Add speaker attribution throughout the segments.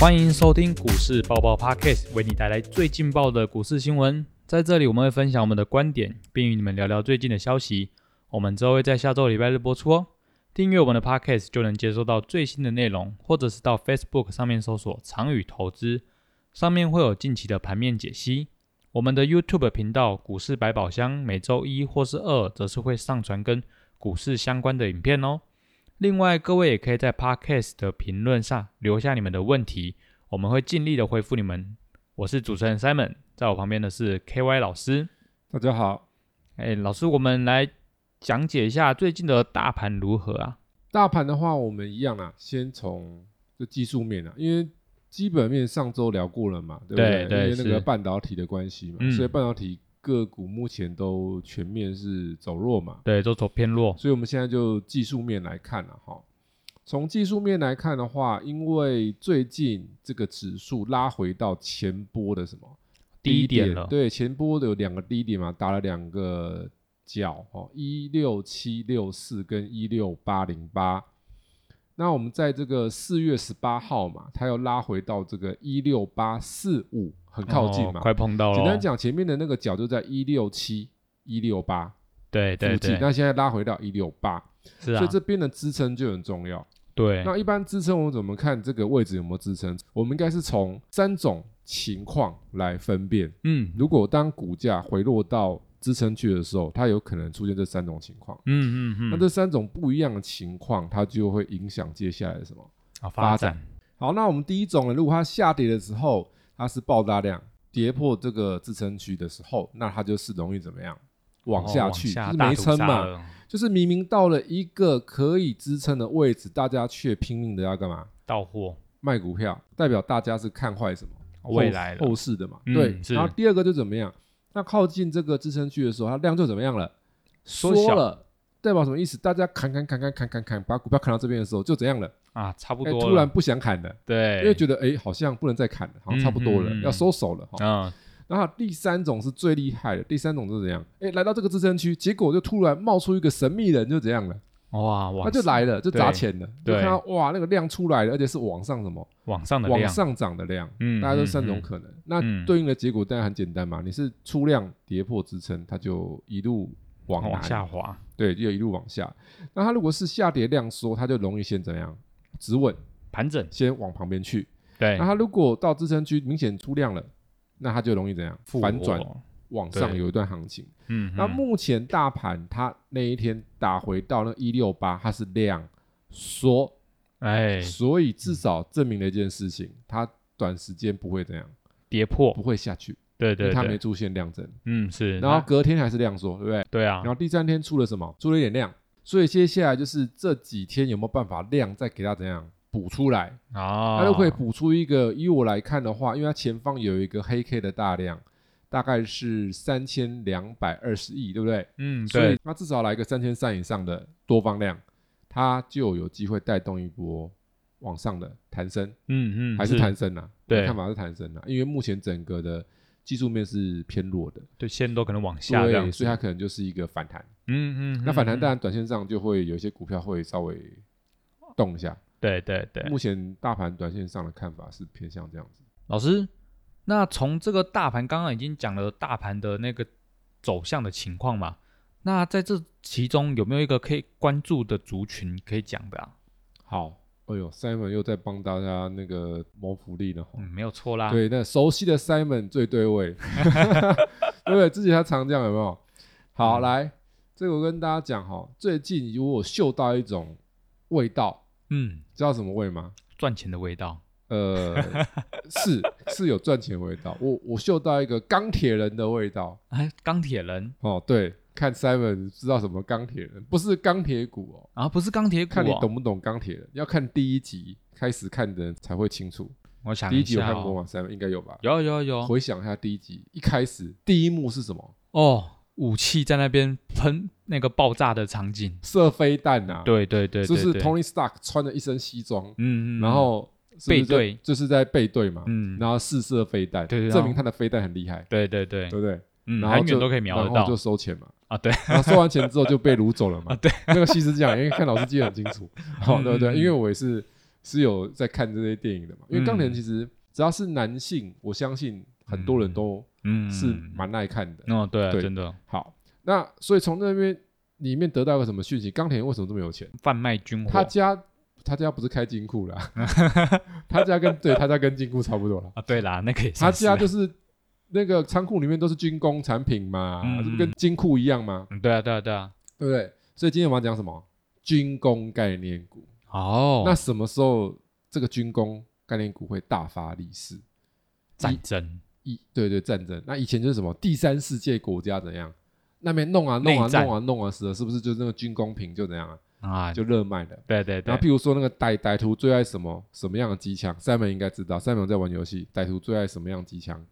Speaker 1: 欢迎收听股市爆爆 Podcast，为你带来最劲爆的股市新闻。在这里，我们会分享我们的观点，并与你们聊聊最近的消息。我们之后会在下周礼拜日播出哦。订阅我们的 Podcast 就能接收到最新的内容，或者是到 Facebook 上面搜索“长宇投资”，上面会有近期的盘面解析。我们的 YouTube 频道“股市百宝箱”每周一或是二则是会上传跟股市相关的影片哦。另外，各位也可以在 Podcast 的评论上留下你们的问题，我们会尽力的回复你们。我是主持人 Simon，在我旁边的是 KY 老师。
Speaker 2: 大家好，
Speaker 1: 哎，老师，我们来讲解一下最近的大盘如何啊？
Speaker 2: 大盘的话，我们一样啊，先从这技术面啊，因为基本面上周聊过了嘛，对不
Speaker 1: 对对
Speaker 2: 因为那个
Speaker 1: 是
Speaker 2: 半导体的关系嘛，
Speaker 1: 嗯
Speaker 2: 所以半导体个股目前都全面是走弱嘛，
Speaker 1: 对，都走偏弱。
Speaker 2: 所以我们现在就技术面来看了、哈。从技术面来看的话，因为最近这个指数拉回到前波的什么
Speaker 1: 低点了
Speaker 2: 对，前波的有两个低点嘛，打了两个角哦，一六七六四跟一六八零八。那我们在这个四月十八号嘛，它又拉回到这个一六八四五，很靠近
Speaker 1: 哦
Speaker 2: 嘛。
Speaker 1: 快碰到了。
Speaker 2: 简单，讲，前面的那个角就在一六七、一六八
Speaker 1: 对
Speaker 2: 附
Speaker 1: 对
Speaker 2: 近，
Speaker 1: 对，
Speaker 2: 那现在拉回到一六八，
Speaker 1: 是
Speaker 2: 所
Speaker 1: 啊
Speaker 2: 以，这边的支撑就很重要。
Speaker 1: 对，
Speaker 2: 那一般支撑我们怎么看这个位置有没有支撑？我们应该是从三种情况来分辨。
Speaker 1: 嗯
Speaker 2: 如果当股价回落到支撑区的时候，它有可能出现这三种情况。
Speaker 1: 嗯嗯嗯，
Speaker 2: 那这三种不一样的情况，它就会影响接下来的什么？
Speaker 1: 好
Speaker 2: 发
Speaker 1: 啊发展，
Speaker 2: 好，那我们第一种呢，如果它下跌的时候，它是爆炸量跌破这个支撑区的时候，那它就是容易怎么样？往
Speaker 1: 哦
Speaker 2: 下去，
Speaker 1: 下
Speaker 2: 就是
Speaker 1: 大
Speaker 2: 没
Speaker 1: 屠
Speaker 2: 撑
Speaker 1: 杀
Speaker 2: 嘛，
Speaker 1: 了
Speaker 2: 就是明明到了一个可以支撑的位置，大家却拼命的要干嘛？
Speaker 1: 到货
Speaker 2: 卖股票，代表大家是看坏什么
Speaker 1: 未来了
Speaker 2: 后后市的嘛？
Speaker 1: 嗯
Speaker 2: 对。
Speaker 1: 是
Speaker 2: 然后第二个就怎么样？那靠近这个支撑区的时候，它量就怎么样了？
Speaker 1: 缩
Speaker 2: 缩
Speaker 1: 小
Speaker 2: 了，代表什么意思？大家砍砍砍砍砍砍砍，把股票砍到这边的时候就怎样了？
Speaker 1: 啊，差不
Speaker 2: 哎，
Speaker 1: 多
Speaker 2: 突然
Speaker 1: 了。
Speaker 2: 不想砍了，
Speaker 1: 对，
Speaker 2: 因为觉得哎好像不能再砍了，好像差不多
Speaker 1: 嗯
Speaker 2: 了
Speaker 1: 嗯嗯，嗯
Speaker 2: 要收手了。哈
Speaker 1: 嗯，
Speaker 2: 然后第三种是最厉害的，第三种是怎样？哎，来到这个支撑区，结果就突然冒出一个神秘人，就怎样了？
Speaker 1: 哇哇，
Speaker 2: 他就来了，就砸钱了，就
Speaker 1: 对
Speaker 2: 看到哇那个量出来了，而且是往上什么
Speaker 1: 往上的
Speaker 2: 往
Speaker 1: 量，
Speaker 2: 上涨的量，
Speaker 1: 嗯
Speaker 2: 大家都三
Speaker 1: 嗯
Speaker 2: 种
Speaker 1: 嗯
Speaker 2: 可能。那
Speaker 1: 嗯
Speaker 2: 对应的结果当然很简单嘛，你是出量跌破支撑，它就一路往
Speaker 1: 往
Speaker 2: 南
Speaker 1: 下滑，
Speaker 2: 对，就一路往下。那它如果是下跌量缩，它就容易先怎样？止稳，
Speaker 1: 盘整，
Speaker 2: 先往旁边去。
Speaker 1: 对
Speaker 2: 那，它如果到支撑区明显出量了，那它就容易怎样？
Speaker 1: 复
Speaker 2: 反
Speaker 1: 活
Speaker 2: 转，往上
Speaker 1: 对
Speaker 2: 有一段行情。
Speaker 1: 嗯，
Speaker 2: 那
Speaker 1: 嗯
Speaker 2: 目前大盘它那一天打回到那一六八，它是量缩，
Speaker 1: 哎
Speaker 2: 所以至少证明了一件事情，它短时间不会怎样，
Speaker 1: 跌破
Speaker 2: 不，会下去，
Speaker 1: 对
Speaker 2: 因为
Speaker 1: 对
Speaker 2: 它没
Speaker 1: 对，
Speaker 2: 出现量增。
Speaker 1: 嗯是，
Speaker 2: 然后隔天还是量缩，对不对？
Speaker 1: 那对啊
Speaker 2: 然，后第三天出了什么？出了一点量，所以接下来就是这几天有没有办法量再给它怎样补出来？
Speaker 1: 啊，
Speaker 2: 它就可以补出一个，以我来看的话，因为它前方有一个黑 K 的大量，大概是三千两百二十亿，对不对？
Speaker 1: 嗯
Speaker 2: 所以
Speaker 1: 对，
Speaker 2: 它至少来个三千三以上的多方量，它就有机会带动一波往上的弹升，
Speaker 1: 嗯嗯
Speaker 2: 还是弹升啊？
Speaker 1: 对
Speaker 2: 我的看法是弹升啊，因为目前整个的技术面是偏弱的，
Speaker 1: 对线都可能往下这样
Speaker 2: 对，
Speaker 1: 子，
Speaker 2: 所以它可能就是一个反弹。
Speaker 1: 嗯嗯，
Speaker 2: 那反弹
Speaker 1: 嗯
Speaker 2: 当然短线上就会有一些股票会稍微动一下。
Speaker 1: 对对对，
Speaker 2: 目前大盘短线上的看法是偏向这样子。
Speaker 1: 老师，那从这个大盘刚刚已经讲了大盘的那个走向的情况嘛，那在这其中有没有一个可以关注的族群可以讲的啊？
Speaker 2: 好，哎呦，Simon 又在帮大家那个谋福利了吼、
Speaker 1: 嗯，没有错啦，
Speaker 2: 对，那熟悉的 Simon 最对 味，对不对？之前他常这样有没有？
Speaker 1: 嗯
Speaker 2: 好，来，这个我跟大家讲哈，最近如果嗅到一种味道，
Speaker 1: 嗯，
Speaker 2: 知道什么味吗？
Speaker 1: 赚钱的味道，
Speaker 2: 呃，是是有赚钱的味道，我我嗅到一个钢铁人的味道。
Speaker 1: 哎，钢铁人
Speaker 2: 哦，对，看 Simon 知道什么钢铁人，不是钢铁股哦，
Speaker 1: 啊，不是钢铁股、哦，
Speaker 2: 看你懂不懂钢铁人，要看第一集开始看的人才会清楚。
Speaker 1: 我想
Speaker 2: 第一
Speaker 1: 一
Speaker 2: 集有
Speaker 1: 下、
Speaker 2: 看过
Speaker 1: 哦，
Speaker 2: 吗？Simon 应该有吧？
Speaker 1: 有有啊有
Speaker 2: 回想一下第一集，一开始第一幕是什么？
Speaker 1: 哦，武器在那边喷那个爆炸的场景，
Speaker 2: 射飞弹啊，
Speaker 1: 对对对对
Speaker 2: 就是
Speaker 1: 对嗯
Speaker 2: Tony Stark 穿着一身西装，
Speaker 1: 嗯嗯，
Speaker 2: 然后是不是
Speaker 1: 背
Speaker 2: 在
Speaker 1: 对
Speaker 2: 就是在背对嘛，
Speaker 1: 嗯，
Speaker 2: 然后试射飞弹，
Speaker 1: 对对
Speaker 2: 证
Speaker 1: 然后
Speaker 2: 明他的飞弹很厉害，
Speaker 1: 对对对，
Speaker 2: 对不对？
Speaker 1: 嗯，
Speaker 2: 然
Speaker 1: 很
Speaker 2: 后
Speaker 1: 远
Speaker 2: 就
Speaker 1: 都可以瞄得
Speaker 2: 然后
Speaker 1: 到
Speaker 2: 就收钱嘛。
Speaker 1: 啊，对，
Speaker 2: 然后收完钱之后就被掳走了嘛。
Speaker 1: 啊对，
Speaker 2: 那个戏是这样，因为看老师记得很清楚，好、哦
Speaker 1: 嗯
Speaker 2: 对不
Speaker 1: 嗯
Speaker 2: 对？
Speaker 1: 嗯
Speaker 2: 因为我也是是有在看这些电影的嘛，因为钢铁人
Speaker 3: 嗯
Speaker 2: 其实只要是男性，我相信很多人都
Speaker 3: 嗯，
Speaker 2: 是蛮爱看的。
Speaker 1: 哦，对啊，
Speaker 2: 对
Speaker 1: 真的
Speaker 2: 好，那所以从那边里面得到一个什么讯息？钢铁人为什么这么有钱？
Speaker 1: 贩卖军火
Speaker 2: 他家他家不是开金库啦， 他家跟对他家跟金库差不多啦。
Speaker 1: 啊，对啦，那个也算
Speaker 2: 他
Speaker 1: 是
Speaker 2: 家
Speaker 1: 啊
Speaker 2: 就是那个仓库里面都是军工产品嘛，
Speaker 3: 嗯
Speaker 2: 这不跟金库一样吗？
Speaker 1: 嗯对啊，对啊，对啊，
Speaker 2: 对不对？所以今天我们要讲什么？军工概念股。
Speaker 1: 哦，
Speaker 2: 那什么时候这个军工概念股会大发利市？
Speaker 1: 战争
Speaker 2: 一对对战争，那以前就是什么第三世界国家怎样，那边弄啊弄啊
Speaker 1: 内战
Speaker 2: 弄啊弄啊死了，是不是就是那个军工品就怎样啊，
Speaker 1: 啊，
Speaker 2: 就热卖的。
Speaker 1: 对对对，
Speaker 2: 然后譬如说那个歹歹徒最爱什么什么样的机枪，三门应该知道，三门有在玩游戏，歹徒最爱什么样的机枪？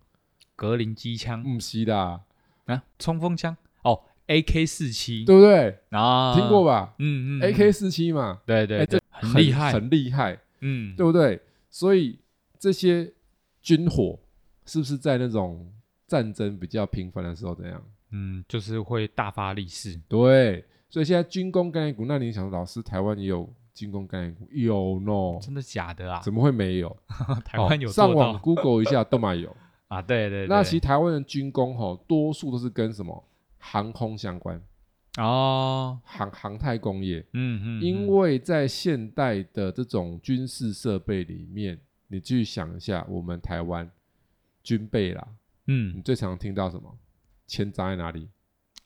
Speaker 1: 格林机枪
Speaker 2: 木西啦，
Speaker 1: 啊，冲锋枪哦，AK 四七，
Speaker 2: 对不对？
Speaker 1: 啊，
Speaker 2: 听过吧
Speaker 1: 嗯，嗯嗯
Speaker 2: ？AK 四七嘛，
Speaker 1: 对对
Speaker 2: 哎
Speaker 1: 对
Speaker 2: 这，
Speaker 1: 很厉害，
Speaker 2: 很厉害，
Speaker 1: 嗯，
Speaker 2: 对不对？所以这些军火是不是在那种战争比较频繁的时候怎样？
Speaker 1: 嗯，就是会大发利市，
Speaker 2: 对，所以现在军工概念股，那你想，老师台湾也有军工概念股？有 no？
Speaker 1: 真的假的啊？
Speaker 2: 怎么会没有？
Speaker 1: 台湾有
Speaker 2: 哦
Speaker 1: 做
Speaker 2: 上网
Speaker 1: 到
Speaker 2: Google 一下，都嘛有。
Speaker 1: 啊？对 对，对
Speaker 2: 那其实台湾的军工吼，多数都是跟什么航空相关，
Speaker 1: 哦，
Speaker 2: 航航太工业。
Speaker 1: 嗯嗯，
Speaker 2: 因为在现代的这种军事设备里面，你去想一下，我们台湾军备啦，
Speaker 1: 嗯
Speaker 2: 你
Speaker 1: 嗯
Speaker 2: 最常听到什么？钱砸在哪里？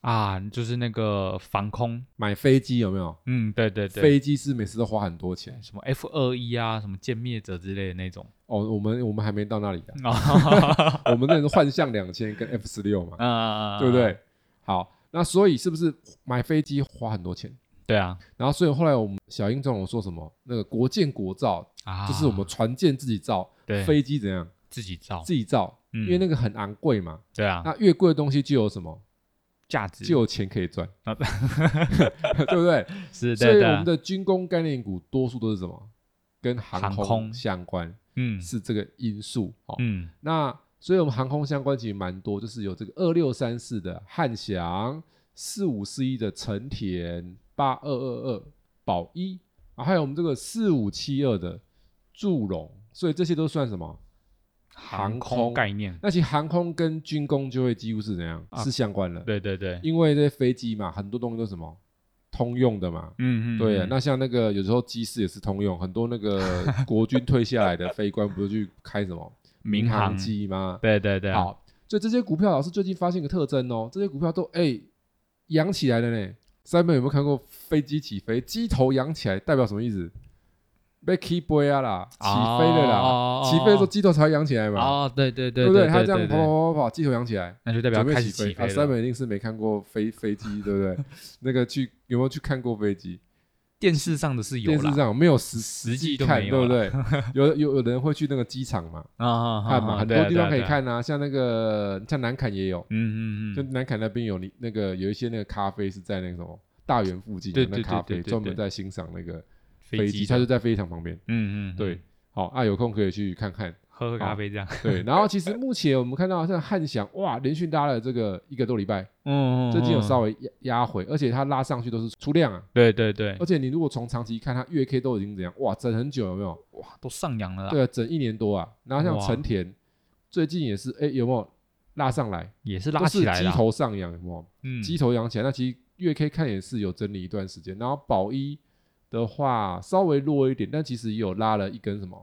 Speaker 1: 啊，就是那个防空，
Speaker 2: 买飞机有没有？
Speaker 1: 嗯，对对对，
Speaker 2: 飞机是每次都花很多钱
Speaker 1: 什么 F 二一啊，什么歼灭者之类的那种
Speaker 2: 哦。我们我们还没到那里的，
Speaker 1: 啊，
Speaker 2: 我们那是幻象两千跟 F 十六嘛，
Speaker 1: 啊
Speaker 2: 对不？对？好，那所以是不是买飞机花很多钱？
Speaker 1: 对啊，
Speaker 2: 然后所以后来我们小英总有说什么？那个国建国造，
Speaker 1: 啊，
Speaker 2: 就是我们船舰自己造，
Speaker 1: 对
Speaker 2: 飞机怎样
Speaker 1: 自己造，
Speaker 2: 自己造，
Speaker 1: 嗯
Speaker 2: 因为那个很昂贵嘛。
Speaker 1: 对啊，
Speaker 2: 那越贵的东西就有什么？
Speaker 1: 价值
Speaker 2: 就有钱可以赚，
Speaker 1: 啊
Speaker 2: 对不对？
Speaker 1: 是
Speaker 2: 所以
Speaker 1: 对啊
Speaker 2: 我
Speaker 1: 的
Speaker 2: 们，的军工概念股多数都是什么？跟航
Speaker 1: 航空
Speaker 2: 空相关
Speaker 1: 嗯
Speaker 2: 是这个因素哦。
Speaker 1: 嗯
Speaker 2: 那所以我们航空相关其实蛮多，就是有这个二六三四的汉翔，四五四一的成田，八二二二宝一，啊，还有我们这个四五七二的祝融，所以这些都算什么？航
Speaker 1: 空概念，
Speaker 2: 那其实航空跟军工就会几乎是怎样？
Speaker 1: 啊
Speaker 2: 是相关的，
Speaker 1: 对对对，
Speaker 2: 因为这些飞机嘛，很多东西都是什么通用的嘛。
Speaker 1: 嗯嗯，
Speaker 2: 对啊
Speaker 1: 嗯，
Speaker 2: 那像那个有时候机师也是通用，很多 那个国军退下来的飞官不是去开什么
Speaker 1: 民
Speaker 2: 航
Speaker 1: 航，
Speaker 2: 机吗？
Speaker 1: 对对啊对，，
Speaker 2: 好，所以这些股票老师最近发现一个特征哦，这些股票都哎扬、起来了呢。三妹有没有看过飞机起飞？机头扬起来代表什么意思？被 key boy 啊啦，起飞了啦！
Speaker 1: 哦
Speaker 2: 起飞的时候机头才会扬起来嘛，
Speaker 1: 哦，对对对
Speaker 2: 不
Speaker 1: 对，
Speaker 2: 它这样
Speaker 1: 对
Speaker 2: 跑跑，跑跑跑，机头扬起来，
Speaker 1: 那就代表
Speaker 2: 准备
Speaker 1: 开始
Speaker 2: 起
Speaker 1: 起
Speaker 2: 飞。啊，
Speaker 1: 飞
Speaker 2: 三
Speaker 1: 了。
Speaker 2: 妹一定是没看过飞飞机，对不对？ 那个去有没有去看过飞机？
Speaker 1: 电视上的是有
Speaker 2: 电视
Speaker 1: 啦，
Speaker 2: 上没有实
Speaker 1: 实
Speaker 2: 实
Speaker 1: 际
Speaker 2: 际
Speaker 1: 都
Speaker 2: 看，
Speaker 1: 没
Speaker 2: 对
Speaker 1: 有
Speaker 2: 不对？ 有有有人会去那个机场 嘛，
Speaker 1: 啊啊啊，
Speaker 2: 看嘛，
Speaker 1: 啊
Speaker 2: 很
Speaker 1: 对
Speaker 2: 多
Speaker 1: 啊
Speaker 2: 地
Speaker 1: 对
Speaker 2: 方
Speaker 1: 啊
Speaker 2: 可以
Speaker 1: 对啊
Speaker 2: 看啊，像那个像南坎也有，
Speaker 1: 嗯嗯
Speaker 2: 就
Speaker 1: 嗯，
Speaker 2: 南坎那边有你那个有一些那个咖啡是在那个什么大园附近
Speaker 1: 对
Speaker 2: 有那
Speaker 1: 对
Speaker 2: 咖
Speaker 1: 对对
Speaker 2: 啡，
Speaker 1: 对
Speaker 2: 专门
Speaker 1: 对
Speaker 2: 在欣赏那个
Speaker 1: 飞
Speaker 2: 飞
Speaker 1: 机的，
Speaker 2: 机，它就在飞机场旁边。
Speaker 1: 嗯嗯，嗯
Speaker 2: 对，，好啊，有空可以去看 看。
Speaker 1: 喝喝咖啡这样，
Speaker 2: 对，然后其实目前我们看到像汉翔哇，连续拉了这个一个多礼拜，
Speaker 1: 嗯，嗯
Speaker 2: 最近有
Speaker 1: 嗯
Speaker 2: 稍微压压回，而且它拉上去都是出量啊。
Speaker 1: 对对对
Speaker 2: 而，且你如果从长期看，它月 K 都已经怎样哇，整很久有没有？
Speaker 1: 哇，都上扬了啦，
Speaker 2: 对啊，整一年多啊。然后像
Speaker 1: 哇
Speaker 2: 成田最近也是哎有没有拉上来？
Speaker 1: 也是
Speaker 2: 都
Speaker 1: 拉
Speaker 2: 是
Speaker 1: 起来
Speaker 2: 机
Speaker 1: 了，
Speaker 2: 头上扬有没有？
Speaker 1: 嗯，
Speaker 2: 机头扬起来，那其实月 K 看也是有整理一段时间。然后宝一的话稍微弱一点，但其实也有拉了一根什么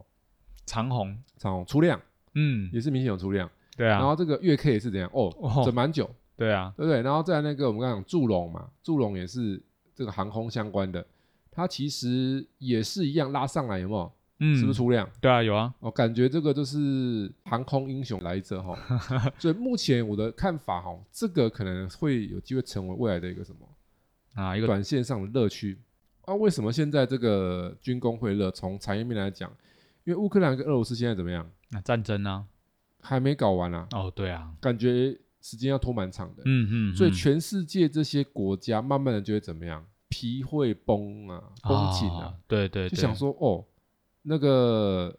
Speaker 1: 长虹，
Speaker 2: 长虹出量，
Speaker 1: 嗯，
Speaker 2: 也是明显有出量。
Speaker 1: 对
Speaker 2: 然
Speaker 1: 啊，
Speaker 2: 后这个月 K 也是怎样
Speaker 1: 哦
Speaker 2: 哦，整蛮久，
Speaker 1: 对啊，
Speaker 2: 对不对？然后在那个我们刚刚讲祝融嘛，祝融也是这个航空相关的，它其实也是一样拉上来，有没有？
Speaker 1: 嗯，
Speaker 2: 是不是？出量？
Speaker 1: 对啊，有啊，
Speaker 2: 哦，感觉这个就是航空英雄来着哈。 所以目前我的看法哈，这个可能会有机会成为未来的一个什么？
Speaker 1: 啊，一个
Speaker 2: 短线上的乐趣。啊，为什么现在这个军工会热？从产业面来讲，因为乌克兰跟俄罗斯现在怎么样，
Speaker 1: 啊战争啊，
Speaker 2: 还没搞完啊，
Speaker 1: 哦，对啊，
Speaker 2: 感觉时间要拖蛮长的。
Speaker 1: 嗯嗯，
Speaker 2: 所以
Speaker 1: 嗯
Speaker 2: 全世界这些国家慢慢的就会怎么样，皮会绷啊，
Speaker 1: 哦
Speaker 2: 绷紧啊，，
Speaker 1: 对对，
Speaker 2: 就
Speaker 1: 对
Speaker 2: 想说哦，那个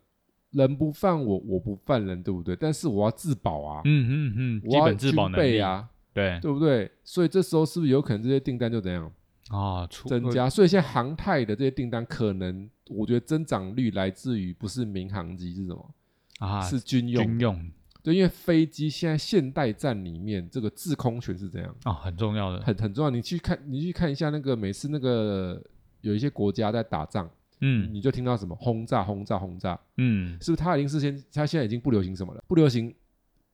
Speaker 2: 人不犯我，我不犯人，对不对？但是我要自保啊，
Speaker 1: 嗯嗯嗯，
Speaker 2: 我
Speaker 1: 基
Speaker 2: 要
Speaker 1: 本自保
Speaker 2: 军
Speaker 1: 能
Speaker 2: 备
Speaker 1: 力，
Speaker 2: 啊，
Speaker 1: 对，
Speaker 2: 对不对？所以这时候是不是有可能这些订单就怎样？
Speaker 1: 啊，出
Speaker 2: 增加，所以现在航太的这些订单可能我觉得增长率来自于不是民航机是什么？
Speaker 1: 啊，
Speaker 2: 是军用。
Speaker 1: 军用
Speaker 2: 对，因为飞机现在现代战里面这个制空权是怎样？
Speaker 1: 啊，很重要的。
Speaker 2: 很很重要。你去看，你去看一下那个每次那个有一些国家在打仗，
Speaker 1: 嗯
Speaker 2: 你就听到什么轰炸、轰炸、轰炸，
Speaker 1: 嗯，
Speaker 2: 是不是？他已经是先，他现在已经不流行什么了，不流行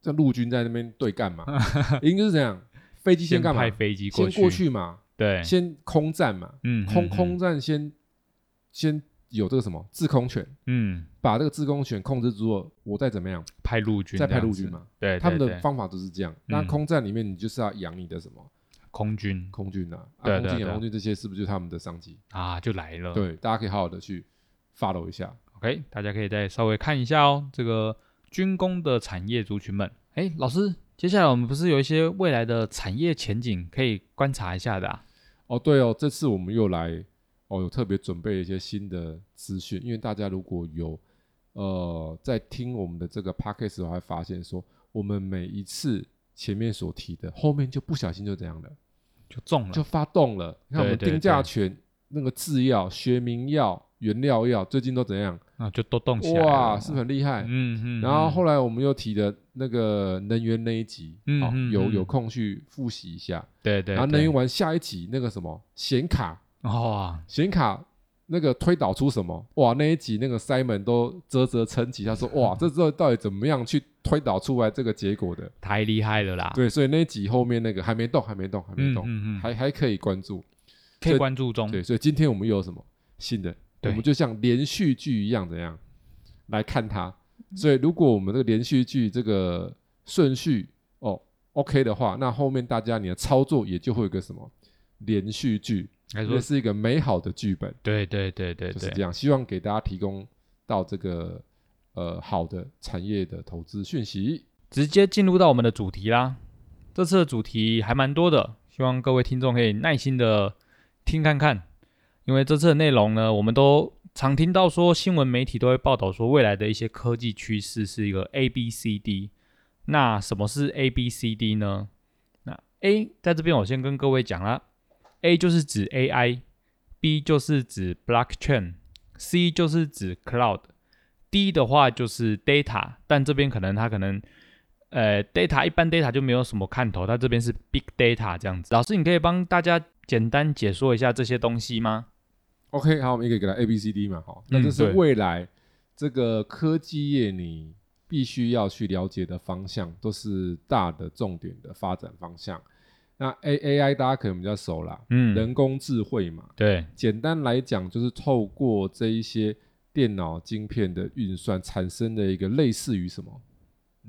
Speaker 2: 像陆军在那边对干 嘛，应该是怎样？飞机干嘛
Speaker 1: 派？飞机
Speaker 2: 先
Speaker 1: 去，
Speaker 2: 过去嘛，
Speaker 1: 对，
Speaker 2: 先空战嘛，
Speaker 1: 嗯
Speaker 2: 空
Speaker 1: 嗯
Speaker 2: 空战先先有这个什么制空权，
Speaker 1: 嗯，
Speaker 2: 把这个制空权控制住了，我再怎么样，
Speaker 1: 派陆军，
Speaker 2: 再派陆军，嘛。
Speaker 1: 对，
Speaker 2: 他们
Speaker 1: 对
Speaker 2: 的
Speaker 1: 对
Speaker 2: 方法就是这样。那
Speaker 1: 嗯
Speaker 2: 空战里面，你就是要养你的什么
Speaker 1: 空军
Speaker 2: 空军啊，
Speaker 1: 对
Speaker 2: 啊空
Speaker 1: 对
Speaker 2: 军
Speaker 1: 对
Speaker 2: 养空军这些，是不是就是他们的商机？
Speaker 1: 啊就来了。
Speaker 2: 对，大家可以好好的去 follow 一下。
Speaker 1: OK，大家可以再稍微看一下哦，这个军工的产业族群们。哎，老师，接下来我们不是有一些未来的产业前景可以观察一下的啊？
Speaker 2: 哦，对哦，这次我们又来哦，有特别准备了一些新的资讯，因为大家如果有呃在听我们的这个 podcast 的话，会发现说我们每一次前面所提的，后面就不小心就这样了，
Speaker 1: 就中了，
Speaker 2: 就发动了。你看我们
Speaker 1: 对对
Speaker 2: 定价权、那个制药、学名药、原料药，最近都怎样？
Speaker 1: 啊就都动起来了。
Speaker 2: 哇，是不是很厉害？
Speaker 1: 嗯嗯。
Speaker 2: 然后
Speaker 1: 嗯
Speaker 2: 后来我们又提的那个能源那一集，
Speaker 1: 嗯
Speaker 2: 好
Speaker 1: 嗯
Speaker 2: 有
Speaker 1: 嗯
Speaker 2: 有空去复习一下。
Speaker 1: 对对，
Speaker 2: 然后能
Speaker 1: 对
Speaker 2: 源完下一集那个什么显卡，
Speaker 1: 哇，
Speaker 2: 显卡那个推导出什么？哇，那一集那个 Simon 都啧啧称奇，他说：“ 哇，这这到底怎么样去推导出来这个结果的
Speaker 1: 太厉害了啦！”，
Speaker 2: 对，所以那一集后面那个还没动，还没动，还没
Speaker 1: 啊嗯
Speaker 2: 动，
Speaker 1: 嗯嗯，
Speaker 2: 还还可以关注。
Speaker 1: 可以关注中。
Speaker 2: 对，所以今天我们又有什么新的？我
Speaker 1: 对
Speaker 2: 们就像连续剧一样，怎样来看它？
Speaker 1: 嗯
Speaker 2: 所以如果我们这个连续剧这个顺序哦 OK 的话，那后面大家你的操作也就会有个什么连续剧，
Speaker 1: 还说
Speaker 2: 也是一个美好的剧本。
Speaker 1: 对对对对
Speaker 2: 就是
Speaker 1: 对，
Speaker 2: 这样，希望给大家提供到这个呃好的产业的投资讯息。
Speaker 1: 直接进入到我们的主题啦。这次的主题还蛮多的，希望各位听众可以耐心的听看看，因为这次的内容呢，我们都常听到说新闻媒体都会报道说未来的一些科技趋势是一个 A B C D。那什么是 A B C D 呢？那 A 在这边我先跟各位讲啦，A 就是指 AI，B 就是指 blockchain，C 就是指 cloud，D 的话就是 data，但这边可能它可能呃，data 一般 data 就没有什么看头，它这边是 big data 这样子。老师，你可以帮大家简单解说一下这些东西吗？
Speaker 2: OK，好，我们一个一个来 A、B、C、D 嘛，好，那
Speaker 1: 嗯
Speaker 2: 这是
Speaker 1: 对
Speaker 2: 未来这个科技业你必须要去了解的方向，都是大的重点的发展方向。那 A A I 大家可能比较熟啦，
Speaker 1: 嗯
Speaker 2: 人工智慧嘛，
Speaker 1: 对，
Speaker 2: 简单来讲就是透过这一些电脑晶片的运算产生的一个类似于什么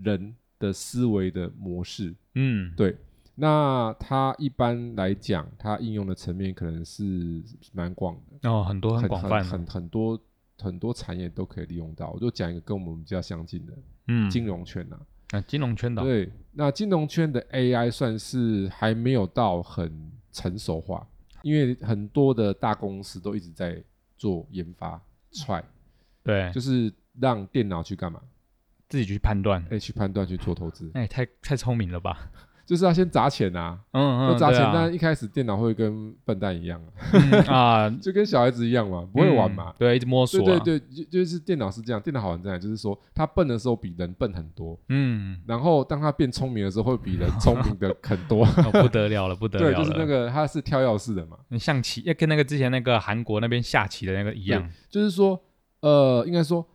Speaker 2: 人的思维的模式，
Speaker 1: 嗯，
Speaker 2: 对，那它一般来讲，它应用的层面可能是蛮广的，
Speaker 1: 哦，很多很
Speaker 2: 很
Speaker 1: 广泛
Speaker 2: 很
Speaker 1: 啊，
Speaker 2: 很很多很多产业都可以利用到。我就讲一个跟我们比较相近的
Speaker 1: 嗯，
Speaker 2: 金融圈呐、
Speaker 1: 啊金融圈的，
Speaker 2: 对，那金融圈的 AI 算是还没有到很成熟化，因为很多的大公司都一直在做研发 try，
Speaker 1: 嗯对，
Speaker 2: 就是让电脑去干嘛？
Speaker 1: 自己去判断。
Speaker 2: 哎，去判断去做投资，
Speaker 1: 那也太太聪明了吧？
Speaker 2: 就是要先砸钱啊，
Speaker 1: 嗯
Speaker 2: 要
Speaker 1: 嗯，
Speaker 2: 砸
Speaker 1: 对
Speaker 2: 钱。
Speaker 1: 啊
Speaker 2: 但一开始电脑会跟笨蛋一样啊。
Speaker 1: 嗯 啊，
Speaker 2: 就跟小孩子一样嘛，不会
Speaker 1: 嗯
Speaker 2: 玩嘛。
Speaker 1: 对，一直摸索
Speaker 2: 对
Speaker 1: 啊，
Speaker 2: 对对，就就是电脑是这样，电脑好玩在哪？就是说，它笨的时候比人笨很多，
Speaker 1: 嗯，
Speaker 2: 然后当它变聪明的时候，会比人聪明的很多。
Speaker 1: 哦不得了 了，不得了
Speaker 2: 对，
Speaker 1: 了，
Speaker 2: 就是那个它是跳钥匙的嘛，
Speaker 1: 个象棋，要跟那个之前那个韩国那边下棋的那个一样，
Speaker 2: 就是说，呃，应该说，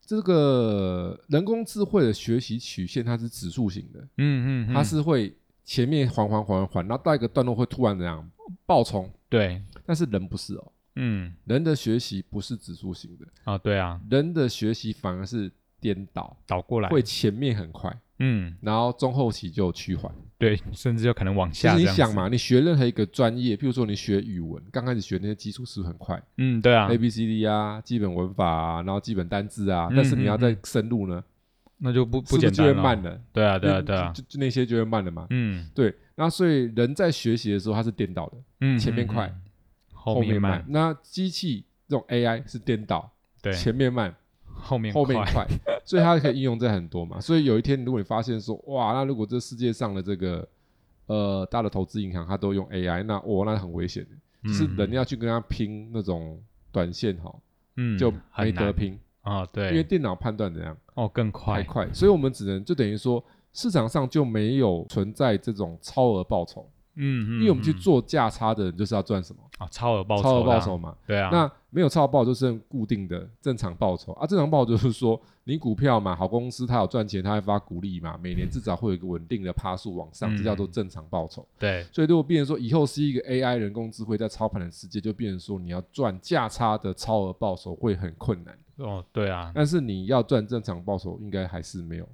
Speaker 2: 这个人工智慧的学习曲线它是指数型的，
Speaker 1: 嗯嗯，嗯
Speaker 2: 它是会前面缓缓缓缓，然后到一个段落会突然怎样爆冲，
Speaker 1: 对，
Speaker 2: 但是人不是哦，
Speaker 1: 嗯，
Speaker 2: 人的学习不是指数型的，
Speaker 1: 啊，对啊，
Speaker 2: 人的学习反而是颠倒。
Speaker 1: 倒过来，
Speaker 2: 会前面很快，
Speaker 1: 嗯，
Speaker 2: 然后中后期就趋缓。
Speaker 1: 对，甚至有可能往
Speaker 2: 其
Speaker 1: 下
Speaker 2: 实
Speaker 1: 这
Speaker 2: 你
Speaker 1: 样子。
Speaker 2: 想嘛，你学任何一个专业，譬如说你学语文，刚开始学那些基础是不是很快、
Speaker 1: 嗯，对啊
Speaker 2: a，B C D 啊，基本文法啊，然后基本单字啊，
Speaker 1: 嗯
Speaker 2: 但是你要
Speaker 1: 嗯
Speaker 2: 再深入呢，
Speaker 1: 那就不
Speaker 2: 是
Speaker 1: 不
Speaker 2: 不是
Speaker 1: 简
Speaker 2: 就
Speaker 1: 单
Speaker 2: 会
Speaker 1: 了。
Speaker 2: 慢了？
Speaker 1: 对啊，对啊，
Speaker 2: 就
Speaker 1: 对啊，
Speaker 2: 就就那些就会慢了嘛。
Speaker 1: 嗯
Speaker 2: 对，那所以人在学习的时候，它是颠倒的，
Speaker 1: 嗯，
Speaker 2: 前面
Speaker 1: 嗯
Speaker 2: 快，
Speaker 1: 嗯后
Speaker 2: 面
Speaker 1: 慢，。
Speaker 2: 那机器这种 AI 是颠倒，
Speaker 1: 对，
Speaker 2: 前面慢，
Speaker 1: 后面
Speaker 2: 后面
Speaker 1: 快，
Speaker 2: 快，所以它可以应用在很多嘛。所以有一天，如果你发现说，哇，那如果这世界上的这个呃大的投资银行它都用 AI，那哇，那很危险的，就是人
Speaker 1: 嗯
Speaker 2: 要去跟它拼那种短线哈，
Speaker 1: 嗯，
Speaker 2: 就没
Speaker 1: 很
Speaker 2: 得
Speaker 1: 难
Speaker 2: 拼，
Speaker 1: 啊、哦，
Speaker 2: 因为
Speaker 1: 对，
Speaker 2: 电脑判断怎样
Speaker 1: 哦，更
Speaker 2: 太
Speaker 1: 快，
Speaker 2: 快，所以我们只能就等于说市场上就没有存在这种超额报酬，
Speaker 1: 嗯，嗯
Speaker 2: 因为我们去
Speaker 1: 嗯
Speaker 2: 做价差的人就是要赚什么
Speaker 1: 啊、超额报酬，
Speaker 2: 超额报酬，嘛。
Speaker 1: 对啊，
Speaker 2: 那没有超额报酬就是固定的正常报酬啊，正常报酬就是说你股票嘛，好公司它有赚钱，它会发股利嘛，每年至少会有一个稳定的趴数往上，
Speaker 1: 嗯
Speaker 2: 这叫做正常报酬。
Speaker 1: 对，
Speaker 2: 所以，如果变成说以后是一个 AI 人工智慧在操盘的世界，就变成说你要赚价差的超额报酬会很困难，
Speaker 1: 哦，对啊，
Speaker 2: 但是你要赚正常报酬，应该还是没有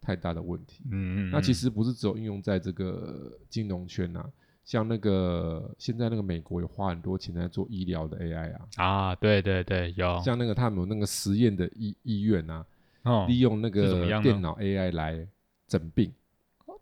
Speaker 2: 太大的问题。
Speaker 1: 嗯嗯，
Speaker 2: 那
Speaker 1: 嗯
Speaker 2: 其实不是只有应用在这个金融圈啊，像那个现在那个美国也花很多钱在做医疗的 AI 啊，
Speaker 1: 啊，对对对，有，
Speaker 2: 像那个他们有那个实验的医医院啊，
Speaker 1: 哦，
Speaker 2: 利用那
Speaker 1: 是怎么
Speaker 2: 个
Speaker 1: 样呢
Speaker 2: 电脑 AI 来诊病。